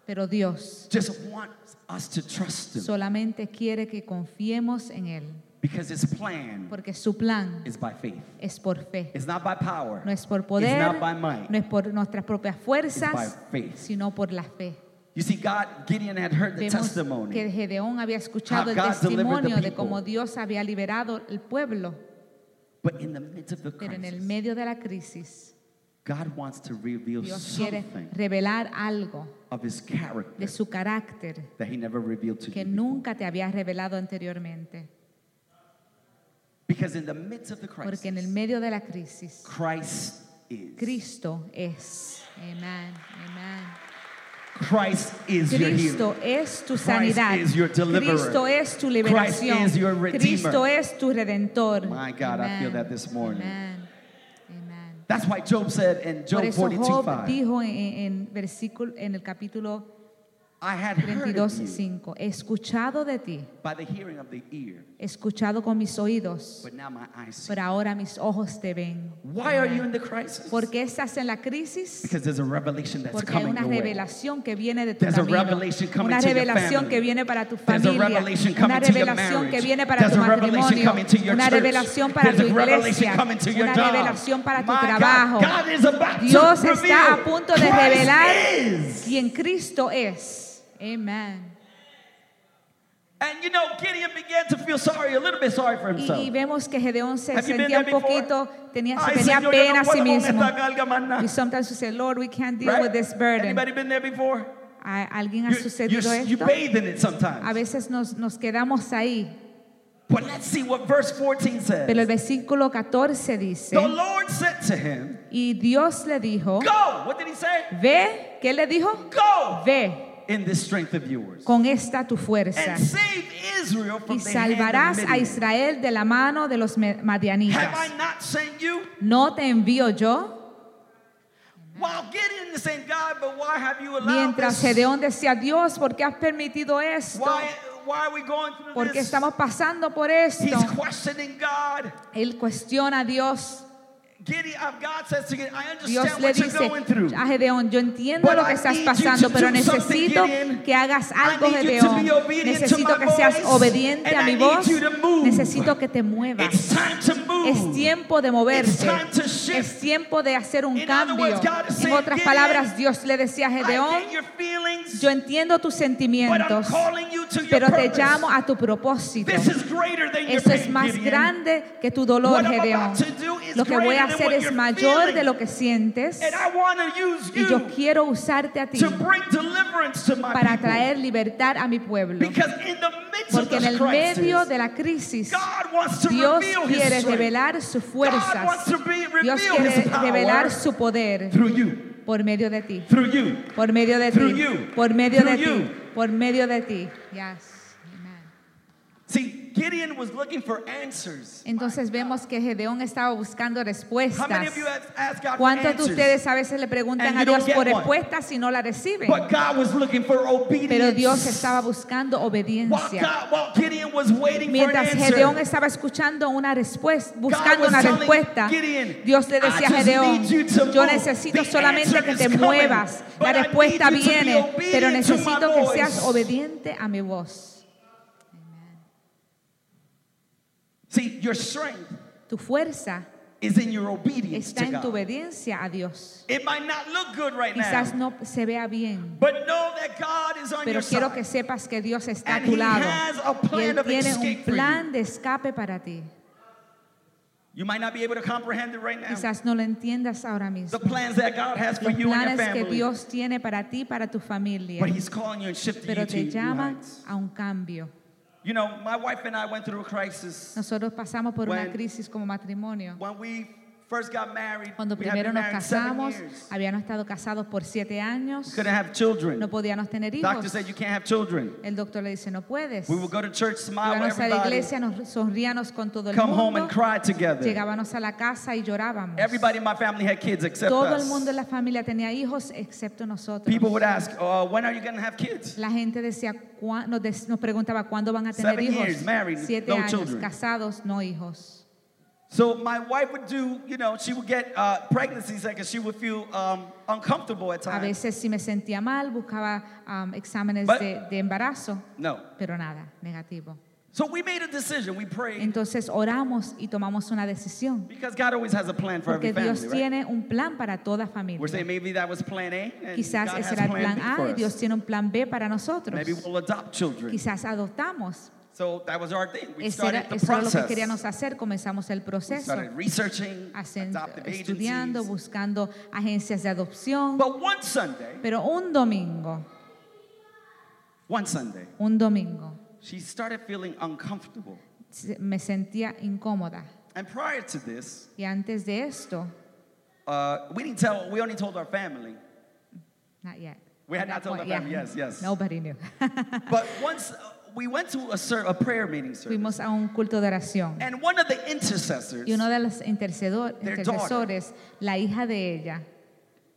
pero Dios just wants us to trust Him solamente quiere que confiemos en Él, because His plan porque su plan is by faith. es por fe. It's not by power. No es por It's poder, not by might. no es por nuestras propias fuerzas, It's by faith. sino por la fe. You see, God, Gideon had heard the Vemos testimony. que Gedeón había escuchado el God delivered the testimonio de people. cómo Dios había liberado el pueblo, But in the midst of the pero en el crisis, medio de la crisis, God wants to reveal Dios quiere something revelar algo of His character de su carácter that He never revealed to que you. nunca te había revelado anteriormente. Because in the midst of the crisis, Porque en el medio de la crisis, Christ is. Cristo es. Amén, amén. Christ is your Cristo healer. es tu Christ sanidad. is your deliverer. Cristo es tu Christ liberación. is your redeemer. Cristo es tu redentor. My God, I Amén, feel that this morning. amén, amén. That's why Job said in Por Job eso 42 Job 5, dijo en, en versículo, en el capítulo I had heard of you 32:5, he escuchado de ti, by the hearing of the ear, he escuchado con mis oídos, but now my eyes see. pero ahora mis ojos te ven. Why are you in the crisis? ¿Por qué estás en la crisis? Because there's a revelation that's Porque hay coming una your way. revelación que viene de tu There's a camino. revelation coming Una to your revelación family. que viene para tu There's a familia. revelation coming Una to your revelación que marriage. viene para There's tu a revelation matrimonio. coming to your Una church. revelación para There's tu a revelation iglesia. coming to your Una job. revelación para tu My God, trabajo. God is about to Dios reveal está a punto de Christ revelar is. quién Cristo es. Amén. And you know, Gideon began to feel sorry, a little bit sorry for Y, himself. y vemos que Gedeón se Have you been sentía there un before? poquito, tenía, se Ay, tenía Señor, yo pena no a sí puedo con mismo. esta carga más nada. Y sometimes we say, Lord, we can't deal Right? with this burden. Anybody been there before? ¿A alguien ha You- sucedido you, you esto? bathe in it A sometimes. veces nos, nos quedamos ahí. But let's see what verse 14 Pero says. el versículo 14 dice, The Lord said to him, y Dios le dijo, Go! What did he say? ve, ¿qué le dijo? Go! Ve In this strength of yours. con esta tu fuerza And save Israel from y the hand of salvarás a Midian. Israel de la mano de los me- Have I madianitas. not sent you? ¿No te envío yo? While Gideon is saying, God, but why have you allowed Mientras this? Gedeón decía, Dios, ¿por qué has permitido esto? Why, why are we going through ¿Por qué this? estamos pasando por esto? He's questioning God. Él cuestiona a Dios. Gideon, uh, God says to Gideon, I understand Dios le what you're dice going through. a Gedeón, yo entiendo But lo que I estás need you pasando, to pero do something, necesito Gideon. que hagas algo, I need you to be Gedeón. obedient to Necesito my que seas voice, obediente and a I mi need voz. you to move. Necesito que te It's muevas. time to move. Es tiempo de moverse. time to shift. Es tiempo de hacer un In other cambio. words, God is en saying, otras Gideon, palabras, Dios le decía a I Gedeón, get your feelings, yo entiendo tus but I'm sentimientos, calling you to your pero te purpose. llamo a tu propósito. This is greater than your Eso es pain, más Gideon. grande que tu What dolor, I'm Gedeón. about to do is Lo que voy a greater than hacer what es you're mayor de feeling. lo que sientes. And I want to use Y yo you quiero usarte a ti to bring deliverance to my para people. traer libertad a mi pueblo. Because in the midst Porque of this en el crisis, medio de la crisis, God wants to Dios reveal His quiere strength revelar sus God wants fuerzas. to be- Dios reveal quiere His power revelar su poder through you. por medio de ti, through you. por medio de Through ti, you. por medio de Through ti, you. por medio de ti. Yes. Amen. See, Gideon was looking for answers. Entonces vemos que Gedeón estaba buscando How many respuestas. of you have asked God for ¿Cuántos de answers? ustedes a veces le preguntan And a you don't Dios get por one. respuestas y no la reciben? But God was looking for obedience. Pero Dios estaba buscando while, obediencia. God, while Gideon was waiting Mientras for an answer, Gedeón estaba escuchando una respuesta, buscando was una telling respuesta, Gideon, Dios le "I decía a just Gedeón, need you to yo move. necesito The solamente answer que is te coming, muevas, but la I need respuesta you to be viene, obedient pero to my necesito que seas voice." obediente a mi voz. See, your strength Tu fuerza is in your obedience está to en tu God. obediencia a Dios. It might not look good right Quizás now, no se vea bien, but know that God is on Pero your quiero side. que sepas que Dios está a And tu he lado. has a Y plan Él of tiene escape un for plan de escape para ti. You might not be able to comprehend it right now. Quizás no lo entiendas ahora mismo. The plans that God has for Los you and your planes que family. Dios tiene para ti, para tu familia. But He's calling you and shifting Pero you to te new llama heights. a un cambio. You know, my wife and I went through a crisis Nosotros pasamos por una When- crisis como matrimonio. when we first got married. Cuando we had been primero nos married seven casamos, years. habíamos estado casados por siete años. Couldn't have children. No podíamos tener Doctor hijos. said you can't have children. El doctor le dice, no puedes. We would go to church, smile Íbamos with a la everybody, iglesia, nos sonríanos con todo el come home and mundo. cry together. Llegábamos a la casa y llorábamos. Everybody in my family had kids except Todo us. el mundo en la familia tenía hijos excepto nosotros. People would ask, uh, when are you going to have kids? La gente decía, "¿Cuá-?" nos, dec- nos preguntaba cuándo van a tener Seven hijos. years, married, Siete no años, children. casados, no hijos. So my wife would do, you know, she would get uh, pregnancies because she would feel um, uncomfortable at A times. veces si me sentía mal, buscaba um, exámenes But- de, de embarazo, No. pero nada, negativo. So we made a decision. We prayed Entonces oramos y tomamos una decisión. because God always has a plan for Porque every Dios family, right? tiene un plan para toda We're saying familia. maybe that was plan A, and Quizás God ese has era el plan plan B A for y us. Dios tiene un plan B para nosotros. Maybe we'll adopt children. Quizás adoptamos, So that was our thing. We Ese era- started the eso era lo que process. queríamos hacer. Comenzamos el We proceso, started researching, hacen- adoptive estudiando, agencies. buscando agencias de adopción. But one Sunday, Pero un domingo, one Sunday, un domingo, she started feeling uncomfortable. se- me sentía incómoda. And prior to this, Y antes de esto, uh, we didn't tell. We only told our family. not yet. We had not At that told point, the family, yes, yes. Nobody knew. But once uh, we went to a, ser- a prayer meeting service, Fuimos a un culto de oración. and one of the intercessors, Y uno de los intercedor- Their intercesores, la hija de ella,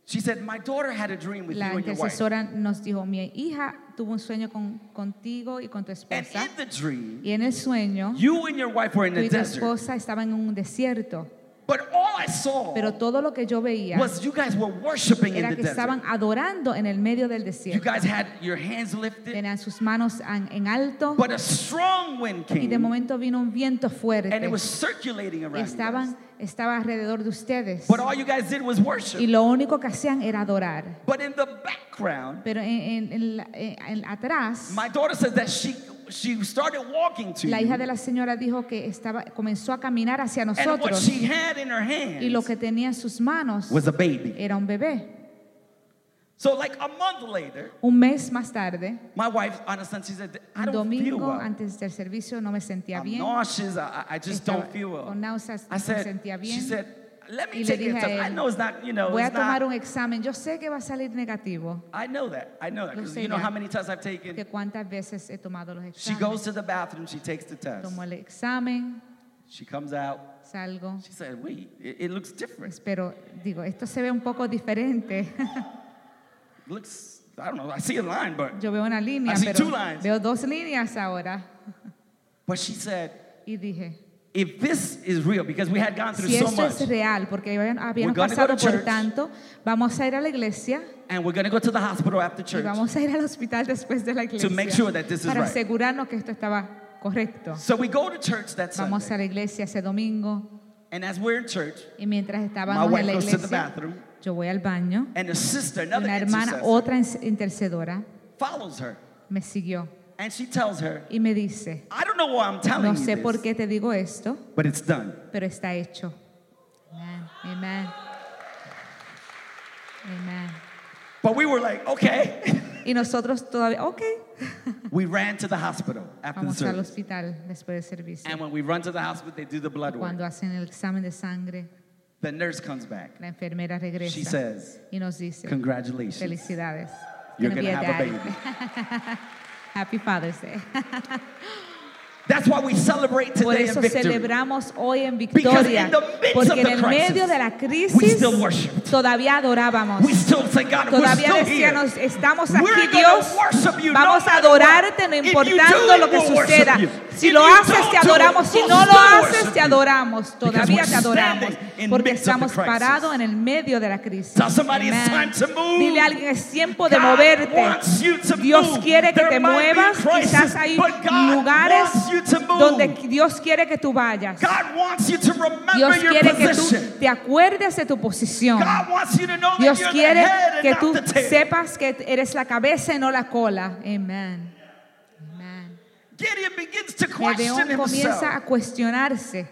she said, "My daughter had a dream with la you and your wife, intercesora nos dijo, mi hija tuvo un sueño con- contigo y con tu and esposa. in the dream, Y en el sueño, you and your wife were in tú the y tu desert. esposa estaban en un desierto. But all I saw Pero todo lo que yo veía Oh. was you guys were worshiping in era the que desert. estaban adorando en el medio del You desierto. guys had your hands lifted, Tenían sus manos an- en alto but a strong wind y de came, momento vino un viento fuerte. and it was circulating Y around. you guys. estaban, estaba alrededor de ustedes. But all you guys did was Y worship. lo único que hacían era adorar. But in the background, Pero en, en- en la- en- en- atrás, My daughter says that she she started walking to la you, hija de la señora dijo que estaba, comenzó a caminar hacia and what nosotros. she had in her hand Y lo que tenía en sus manos was a baby. era un bebé. So like a month later, Un mes más tarde, my wife on a Sunday she said, "I un don't feel domingo well. antes del servicio no me sentía I'm bien. nauseous. I, I I just Estaba don't feel well." con náuseas, I no said, sentía she bien. said, "Let me Y le take it. dije a I él, know it's not. You know, voy a it's not. tomar un examen. Yo sé que va a salir negativo. I know that. I know that. Lo 'cause sé you know ya. how many tests I've taken. Que cuántas veces he tomado los She goes exámenes. to the bathroom. She takes the test. Tomo el examen, She comes out. salgo. She said, "Wait, it, it looks different. Espero, Pues, digo, esto se ve un poco diferente. It looks. I don't know. I see a line, but Yo veo una línea, I see pero two lines. veo dos líneas ahora. but she said." Y dije, if this is real, because we had gone through si so esto much, es real, porque habían- We're habíamos gonna go to pasado por church. tanto, vamos a ir a la iglesia and we're going to go to the hospital after y church. vamos a ir al hospital después de la iglesia make sure that this is para right. asegurarnos que esto estaba correcto. So we go to church that Vamos a Sunday, la iglesia ese domingo. and as we're in church, Y mientras my estábamos en wife la goes to the iglesia, bathroom, yo voy al baño. and a sister, y another Una hermana, intercessor, otra in- intercedora, follows her, me siguió and she tells her, y me dice, "I don't know why I'm telling no you sé this, por qué te digo esto, but it's done." pero está hecho. Amén. Amén. Amén. But we were like, "Okay." Y nosotros todavía, ok, we ran to the hospital after the vamos al service, hospital después del servicio. and when we run to the hospital, they do the blood work. Cuando hacen el examen de sangre, The nurse comes back. La enfermera regresa She says, y nos dice, Congratulations. felicidades. You're Gonna be gonna have a baby. Happy Father's Day. That's why we celebrate Por today in eso victory. celebramos hoy en Because victoria, in the midst of porque en the el crisis, medio de la we crisis still worshiped. todavía adorábamos. We still say, God, we're Todavía still here. decíamos, estamos We're aquí gonna Dios, worship you, no vamos a matter what. adorarte no If you importando do it, lo que we'll worship suceda. you. Si If lo you haces, don't te do it, adoramos. Si we'll no lo still haces, worship te you. adoramos. Todavía we're te adoramos. standing in Porque midst of the estamos crisis. parados en el medio de la crisis. Tell somebody it's Amen. time to move. Dile a alguien, es tiempo de God moverte. wants you to Dios move. quiere que There te might be muevas. crisis, Quizás hay but God lugares wants you to move. donde Dios quiere que tú vayas. God wants you to remember Dios your quiere que tú position. te acuerdes de tu posición. God wants you to know Dios that you're the quiere head and que not tú the tail. sepas que eres la cabeza y no la cola. Amén. Amén. Gideon begins to question Gedeón himself. comienza a cuestionarse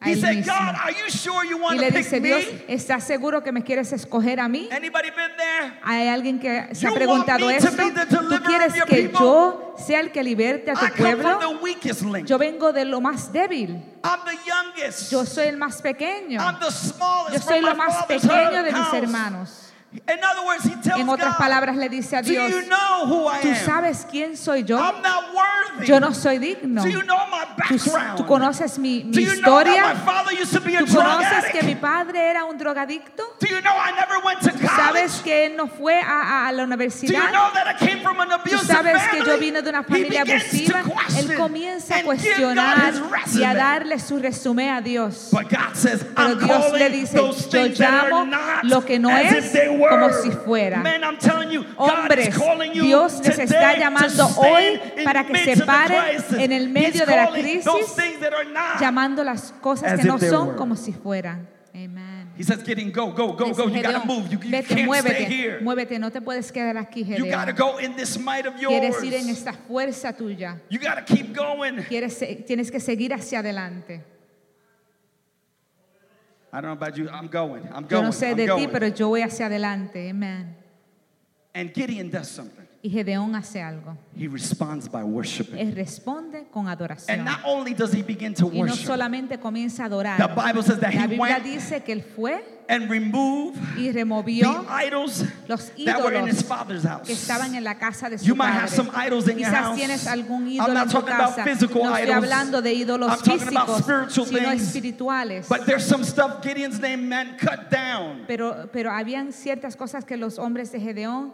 a He él said, mismo. God, are you sure you Y want le to pick dice, me? Dios, ¿estás seguro que me quieres escoger a mí? Anybody been there? ¿Hay alguien que se ha You want preguntado me to esto? be the deliverer ¿Tú quieres of your que people? yo sea el que liberte a I tu come from pueblo? the weakest link. Yo vengo de lo más débil. I'm the youngest. Yo soy el más pequeño. I'm the smallest Yo soy from lo my más father's pequeño de mis house. hermanos. In other words, he tells En otras God, palabras le dice a Do Dios, you know who I ¿tú am? sabes quién soy yo? I'm not worthy. Yo no soy digno. Do you know my Tú, background? tú conoces mi, mi Do you know that my historia. father used to be a Tú drug conoces addict? que mi padre era un drogadicto. Do you know I never went to Tú sabes college? que él no fue a, a- a la Do you universidad. know that I came from an Tú abusive sabes family? que yo vine de una familia he begins abusiva. To question Él comienza a and give cuestionar God his y a resume. darle su resumen a Dios. But God says, Pero I'm Dios calling le dice, those yo things that are llamo not lo que no as es if they were. como si fuera. Man, I'm telling you, God is Hombres, calling you Dios les today está to llamando stand hoy in para que midst se of the paren crisis. en el He's medio de la calling those crisis, things that are not. llamando las cosas As if que no they son were. como si fueran. Amen. He says, Gideon, go, go, go, Dice go. You gotta Gedeón, move. You, you vete, can't muévete, stay here. muévete, no te puedes quedar aquí, You gotta Gedeón. go in this might of yours. Quieres ir en esta fuerza tuya. You gotta keep going. Quieres, se- tienes que seguir hacia adelante. I don't know about you. I'm going. I'm Yo going. no sé I'm de ti, going. pero yo voy hacia adelante. Amén. And Gideon does something. Y Gedeón hace algo. He responds by worshiping. Él responde con adoración. And not only does he begin to Y no worship solamente comienza a adorar. The Bible says that La he Biblia went- dice que él fue and remove y the removió idols los that were in his ídolos father's house. que estaban en la casa de su You might padre. have some idols in your Quizás house. tienes algún I'm ídolo not en tu talking about casa. physical no estoy idols. hablando de ídolos I'm talking about físicos, spiritual sino things. espirituales. But there's some stuff Gideon's name meant cut down. pero, pero habían ciertas cosas que los hombres de Gedeón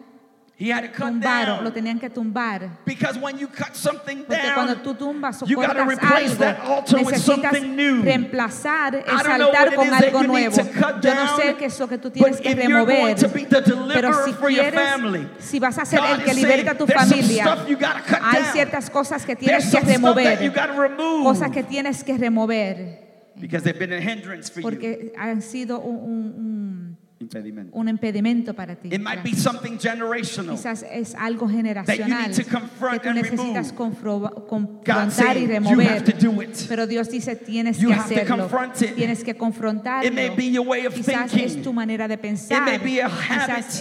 He had it cut tumbaron, lo down. tenían que tumbar. Because when you cut something Porque cuando tú down, tumbas o you gotta cortas replace algo, that altar with necesitas something new. reemplazar el I don't know what altar it con is that algo you need nuevo. to cut Yo no sé down, qué es lo que tú but tienes que if you're going remover. to be the Pero deliverer si for your quieres, family, si vas a ser God el que is libera a saying, tu "There's some familia, stuff you gotta cut hay down. ciertas cosas que there's tienes que some stuff that you remover. gotta remove. Cosas que tienes que remover. Because they've been a hindrance for you. Porque han sido un, un- un- Impediment. un impedimento para ti. It might be something generational. Quizás es algo generacional to confront que tú and necesitas remove. confro- God's confrontar y saying, you have to remover. do it. Pero Dios dice, tienes You que have to hacerlo. confront it. Tienes que confrontarlo. It may be your way of Quizás thinking. es tu manera de pensar. may be a Quizás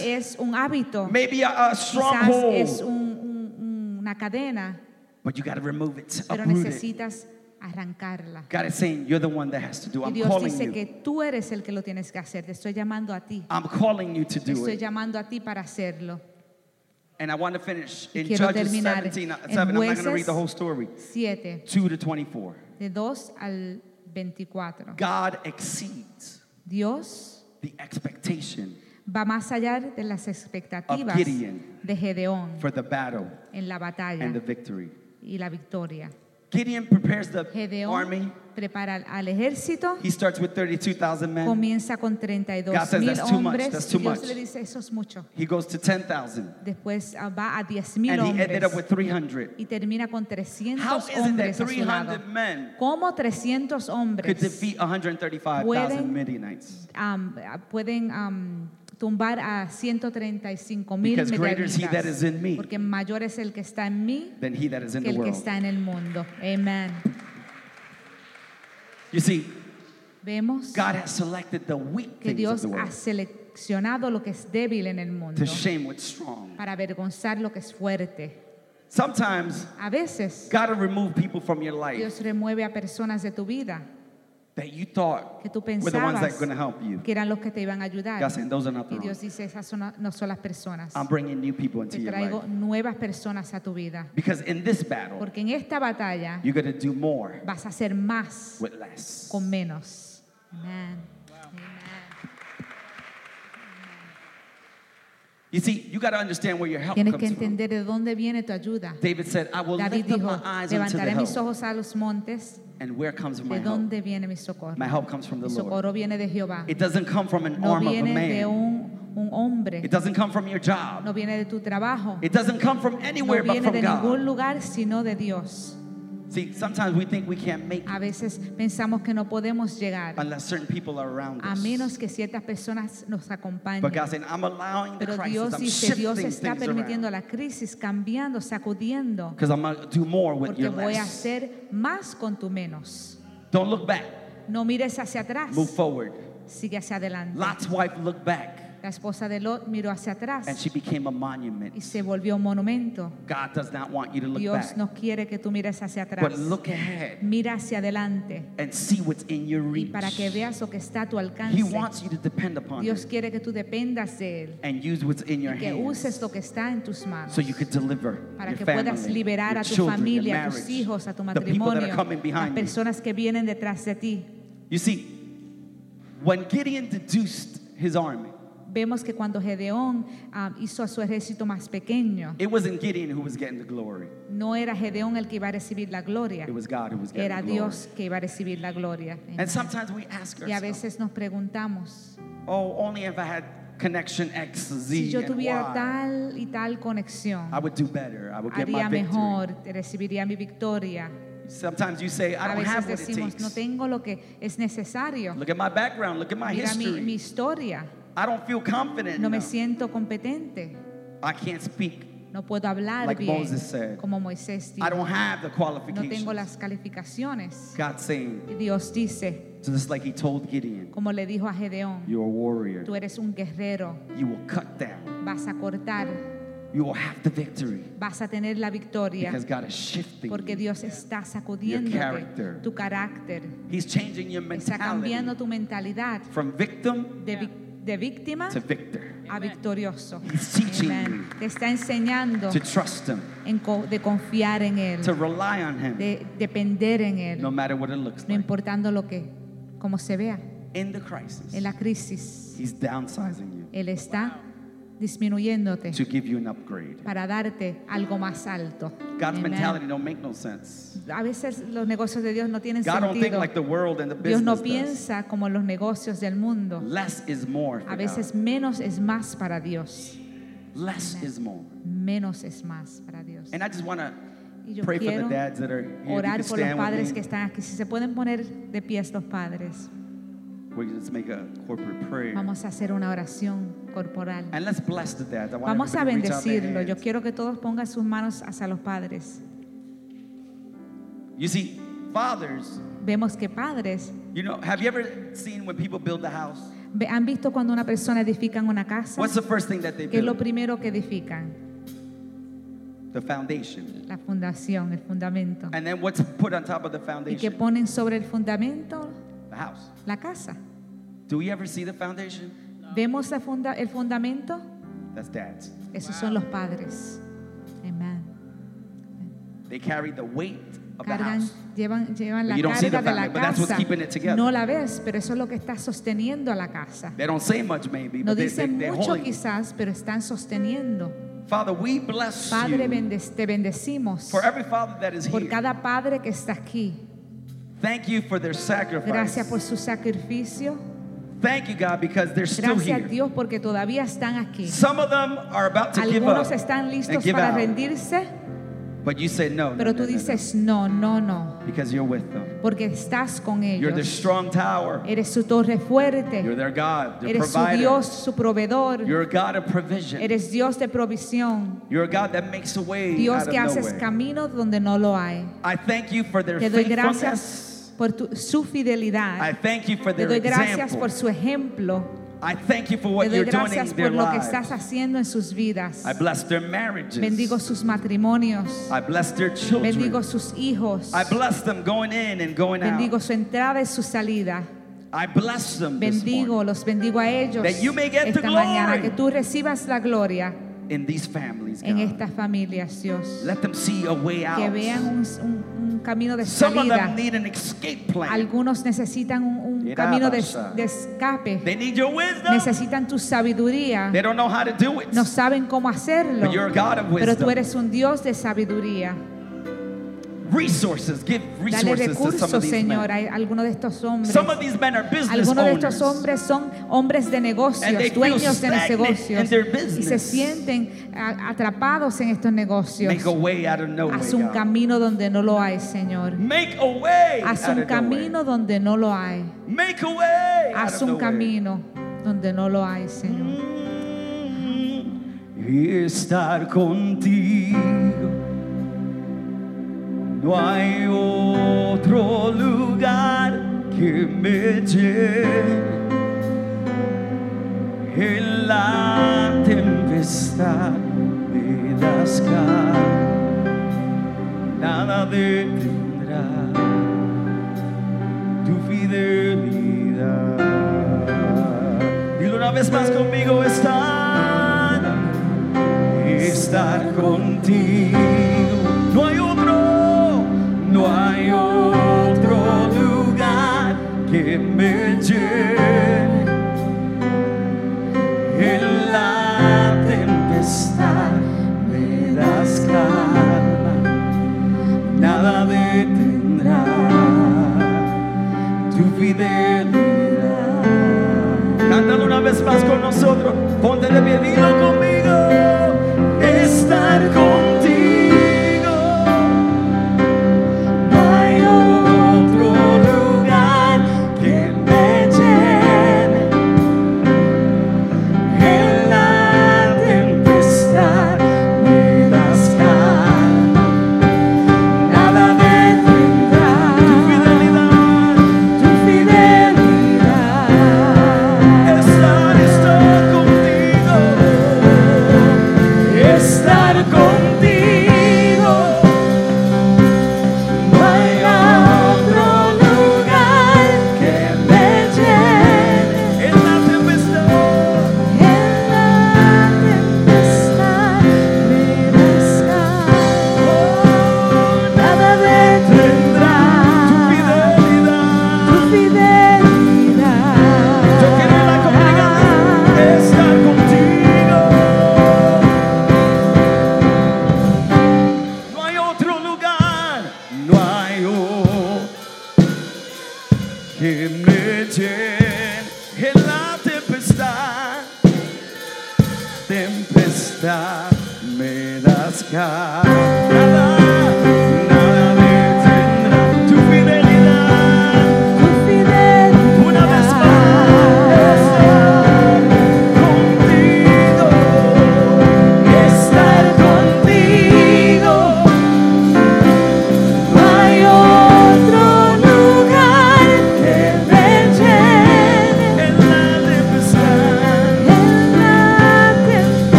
habit. es un hábito. Maybe a, a Quizás es stronghold, un- un- una cadena. but you got to remove it, Pero uproot it. necesitas arrancarla. God is saying, You're the one that has to do. Y I'm Dios calling dice que you. tú eres el que lo tienes que hacer. Te estoy llamando a ti. I'm calling you to do Te estoy it. llamando a ti para hacerlo. And I want to finish in Quiero Judges terminar 17. uh, en 7. I'm not going to Jueces read the whole story. 7, 2 to 24. de 2 al 24. God exceeds Dios the expectation va más allá de las expectativas Gideon. de Gedeón for the battle en la batalla and the victory. y la victoria. Gideon prepares the Gedeón army. prepara al ejército, He starts with 32,000 men. comienza con 32 God says, mil "That's too much, hombres. that's too Dios much." le dice, eso es mucho. He goes to 10,000. Después ah, va a 10 mil And he ended hombres up with 300. y termina con How 300 is it that hombres a su lado. 300 men ¿Cómo 300 could hombres defeat 135,000 Pueden- Midianites? am, ah, pueden am, tumbar a 135 mil Because greater is he that is in me. Porque mayor es el que está en mí Than he that is in the que el que world. está en el mundo. Amén. You see, Vemos God has selected the weak things que of Dios the ha world seleccionado lo que es débil en el mundo to shame what's strong. para avergonzar lo que es fuerte. Sometimes A veces God will remove people from your life Dios remueve a personas de tu vida that you thought que tú were the ones that pensabas going to help you. que eran los que te iban a ayudar. God said, those are not the Y wrong. Dios dice, esas son- no son las personas. I'm bringing new people into Te your traigo life. nuevas personas a tu vida. Because in this battle, Porque en esta batalla you're going to do more vas a hacer más with less. con menos. Amén. Amén. You see, you got to understand where your help Tienes que comes from. entender de dónde viene tu ayuda. David said, I will David lift up dijo, my eyes unto the levantaré mis help. ojos a los montes. And where comes my ¿De help? dónde viene mi socorro? My help comes from the Mi Lord. socorro viene de Jehová. It doesn't come from an No arm of a viene de man. un, un hombre. It doesn't come from your job. No viene de tu trabajo. It doesn't come from anywhere no but viene from de ningún God. lugar sino de Dios. See, sometimes we think we can't make it A veces pensamos que no podemos llegar unless certain people are around a us. menos que ciertas personas nos But God acompañen. said, I'm allowing the Pero crisis. Dios I'm dice, Dios shifting está things permitiendo around. la crisis, cambiando, sacudiendo, Because I'm going to do more with porque your voy a less. hacer más con tu menos. Don't look back. No mires hacia atrás, Move forward. sigue hacia adelante. Lot's wife looked back La esposa de Lot miró hacia and atrás she became a y monument. se volvió un monumento. God does not want you to look Dios back. no quiere que tú mires hacia atrás. But look ahead Mira hacia adelante and see what's in your y reach. para que veas lo que está a tu He alcance. wants you to depend upon Dios Him quiere que tú dependas de Él, and use what's in your y que uses hands lo que está en tus manos. so you could deliver para your que family, puedas liberar your a tu children, your familia, a marriage, tus hijos, a tu the people that matrimonio, are coming las behind you. personas que vienen detrás de ti. You see, when Gideon deduced his army, Vemos que cuando Gedeón ah, hizo a su ejército más pequeño, it wasn't Gideon who was getting the glory. no era Gedeón el que iba a recibir la gloria, It was God who was getting era the glory. Dios que iba a recibir la gloria. And sometimes we ask Y a ourselves, veces nos preguntamos, oh, only if I had connection X, Z, si yo and Ah, tuviera Y, tal y tal conexión, I would do better. I would get my haría victory. mejor, recibiría mi victoria. Sometimes you say, I A don't veces have what it decimos, takes. no tengo lo que es necesario. Look at my background. Look at my Mira mi, history. mi historia, I don't feel confident. no me enough. siento competente. I can't speak. No puedo hablar Like bien, Moses said, como Moisés dijo. I don't have the No qualifications. tengo las calificaciones. God's saying, Y Dios dice, just like He told Gideon, como le dijo a Gedeón, you're a warrior. tú eres un guerrero, You will cut down. vas a cortar, You will have the victory vas a tener la victoria, because God is shifting. porque you. Dios está sacudiendo character. tu carácter, He's changing your está mentality cambiando tu mentalidad from victim de, vic- de víctima to victor. a victorioso. He's teaching Amen. you Te está enseñando To trust Him, en co- de confiar en Él, to rely on Him, de depender en Él. no matter what it looks no like. importando lo que, como se vea, In the crisis, en la crisis, He's downsizing you Él está disminuyéndote to give you an upgrade. para darte algo más alto. God's Amen. mentality don't make no sense. A veces los negocios de Dios no tienen God don't think sentido. like the world and the Dios business no does. piensa como los negocios del mundo. Less is more. for A veces God. menos es más para Dios. Less is more. Menos es más para Dios. And I just want to Y yo pray for the quiero dads that are here. If you orar could por los stand with padres me. que están aquí. Si se pueden poner de pies los padres, We're going to make a corporate prayer. vamos a hacer una oración corporal. And let's bless the dads. I want Vamos a everybody to reach out their bendecirlo. Yo hands. quiero que todos pongan sus manos hacia los padres. You see, fathers, Vemos que padres you know, have you ever seen when people build a house? ve- han visto cuando una persona edifica una casa, What's the first thing that they que es lo build? primero que edifican, The foundation. la fundación, el fundamento, And then what's put on top of the y que foundation? ponen sobre el fundamento The house. la casa. Do we ever see the foundation? Vemos la funda- el fundamento, That's dads. esos son los padres. Amén. They carry the weight of the Cargan, house. llevan, llevan la You don't see carga the de la family, but that's what's casa. keeping it together. No la ves, pero eso es lo que está sosteniendo a la casa. They don't say much, maybe, No but they, they, dicen they're mucho holding. it. quizás, pero están sosteniendo. Father, we bless Padre, you bendes- te bendecimos for every father that is por here. cada padre que está aquí. Thank you for their sacrifice. Gracias por su sacrificio. Thank you, God, because they're still Gracias a here. Dios porque todavía están aquí. Some of them are about to give up Algunos están and listos give para out, rendirse, but you said no, no, pero no, tú no, no, dices no, no, no, because you're with them. porque estás con You're their ellos. strong tower. Eres su torre You're fuerte. their God, their Eres su provider. Dios, su proveedor. You're a God of provision. Eres Dios de provisión. You're a God that makes a way Dios out of que no haces way. caminos donde no lo hay. I thank you for their Te doy faithfulness. gracias por tu- su fidelidad. I thank you for Te their doy gracias example. por su ejemplo. I thank you for Te what doy you're doing gracias in their por lo que lives. estás haciendo en sus vidas. I bless their marriages. Bendigo sus matrimonios. I bless their children. Bendigo sus hijos. I bless them going in and going Bendigo out. su entrada y su salida. I bless them this Bendigo, morning los bendigo a ellos That you may get the esta mañana. glory. Que tú recibas la gloria in these families, en God. estas familias, Dios. Let them see a way out. Que vean un, un- un camino de Some of them salida. need an escape plan. Algunos necesitan un, un Mira, camino de, Basha. de escape. They need your wisdom. Necesitan tu sabiduría. They don't know how to do it. No saben cómo hacerlo. But you're a God of Pero tú wisdom. eres un Dios de sabiduría. Resources. Give Dale resources to some of recursos, these Señor, men. a algunos de estos hombres. Some of these men are business Algunos de owners. estos hombres son hombres de negocios, And they feel dueños de stagnant in negocios, their y se business. sienten a- atrapados en estos Make a negocios. way out of no way, Haz un God. camino donde no lo hay, Señor. Make a way Haz out un of no way. camino donde no lo hay. Make a way out Haz of un no way. camino donde no lo hay, Señor. Y estar contigo. No hay otro lugar que me lleve en la tempestad de las calmas. Nada detendrá tu fidelidad. Dilo una vez más conmigo, estar estar contigo. No hay otro, no hay otro lugar que me llene en la tempestad. Me das calma, nada detendrá tu fidelidad. Cántalo una vez más con nosotros. Ponte de pie, dilo conmigo. Estar contigo. No hay otro lugar que me llene en la tempestad. Me das calma. Nada detendrá tu fidelidad. Tu fidelidad Estar, estar contigo Estar contigo No hay otro lugar Que me llene En la tempestad En la tempestad Me descanso Nada detendrá Tu fidelidad yo quiero ir a contigo, estar contigo. No hay otro lugar, no hay otro que me llene en la tempestad. Tempestad me das calma.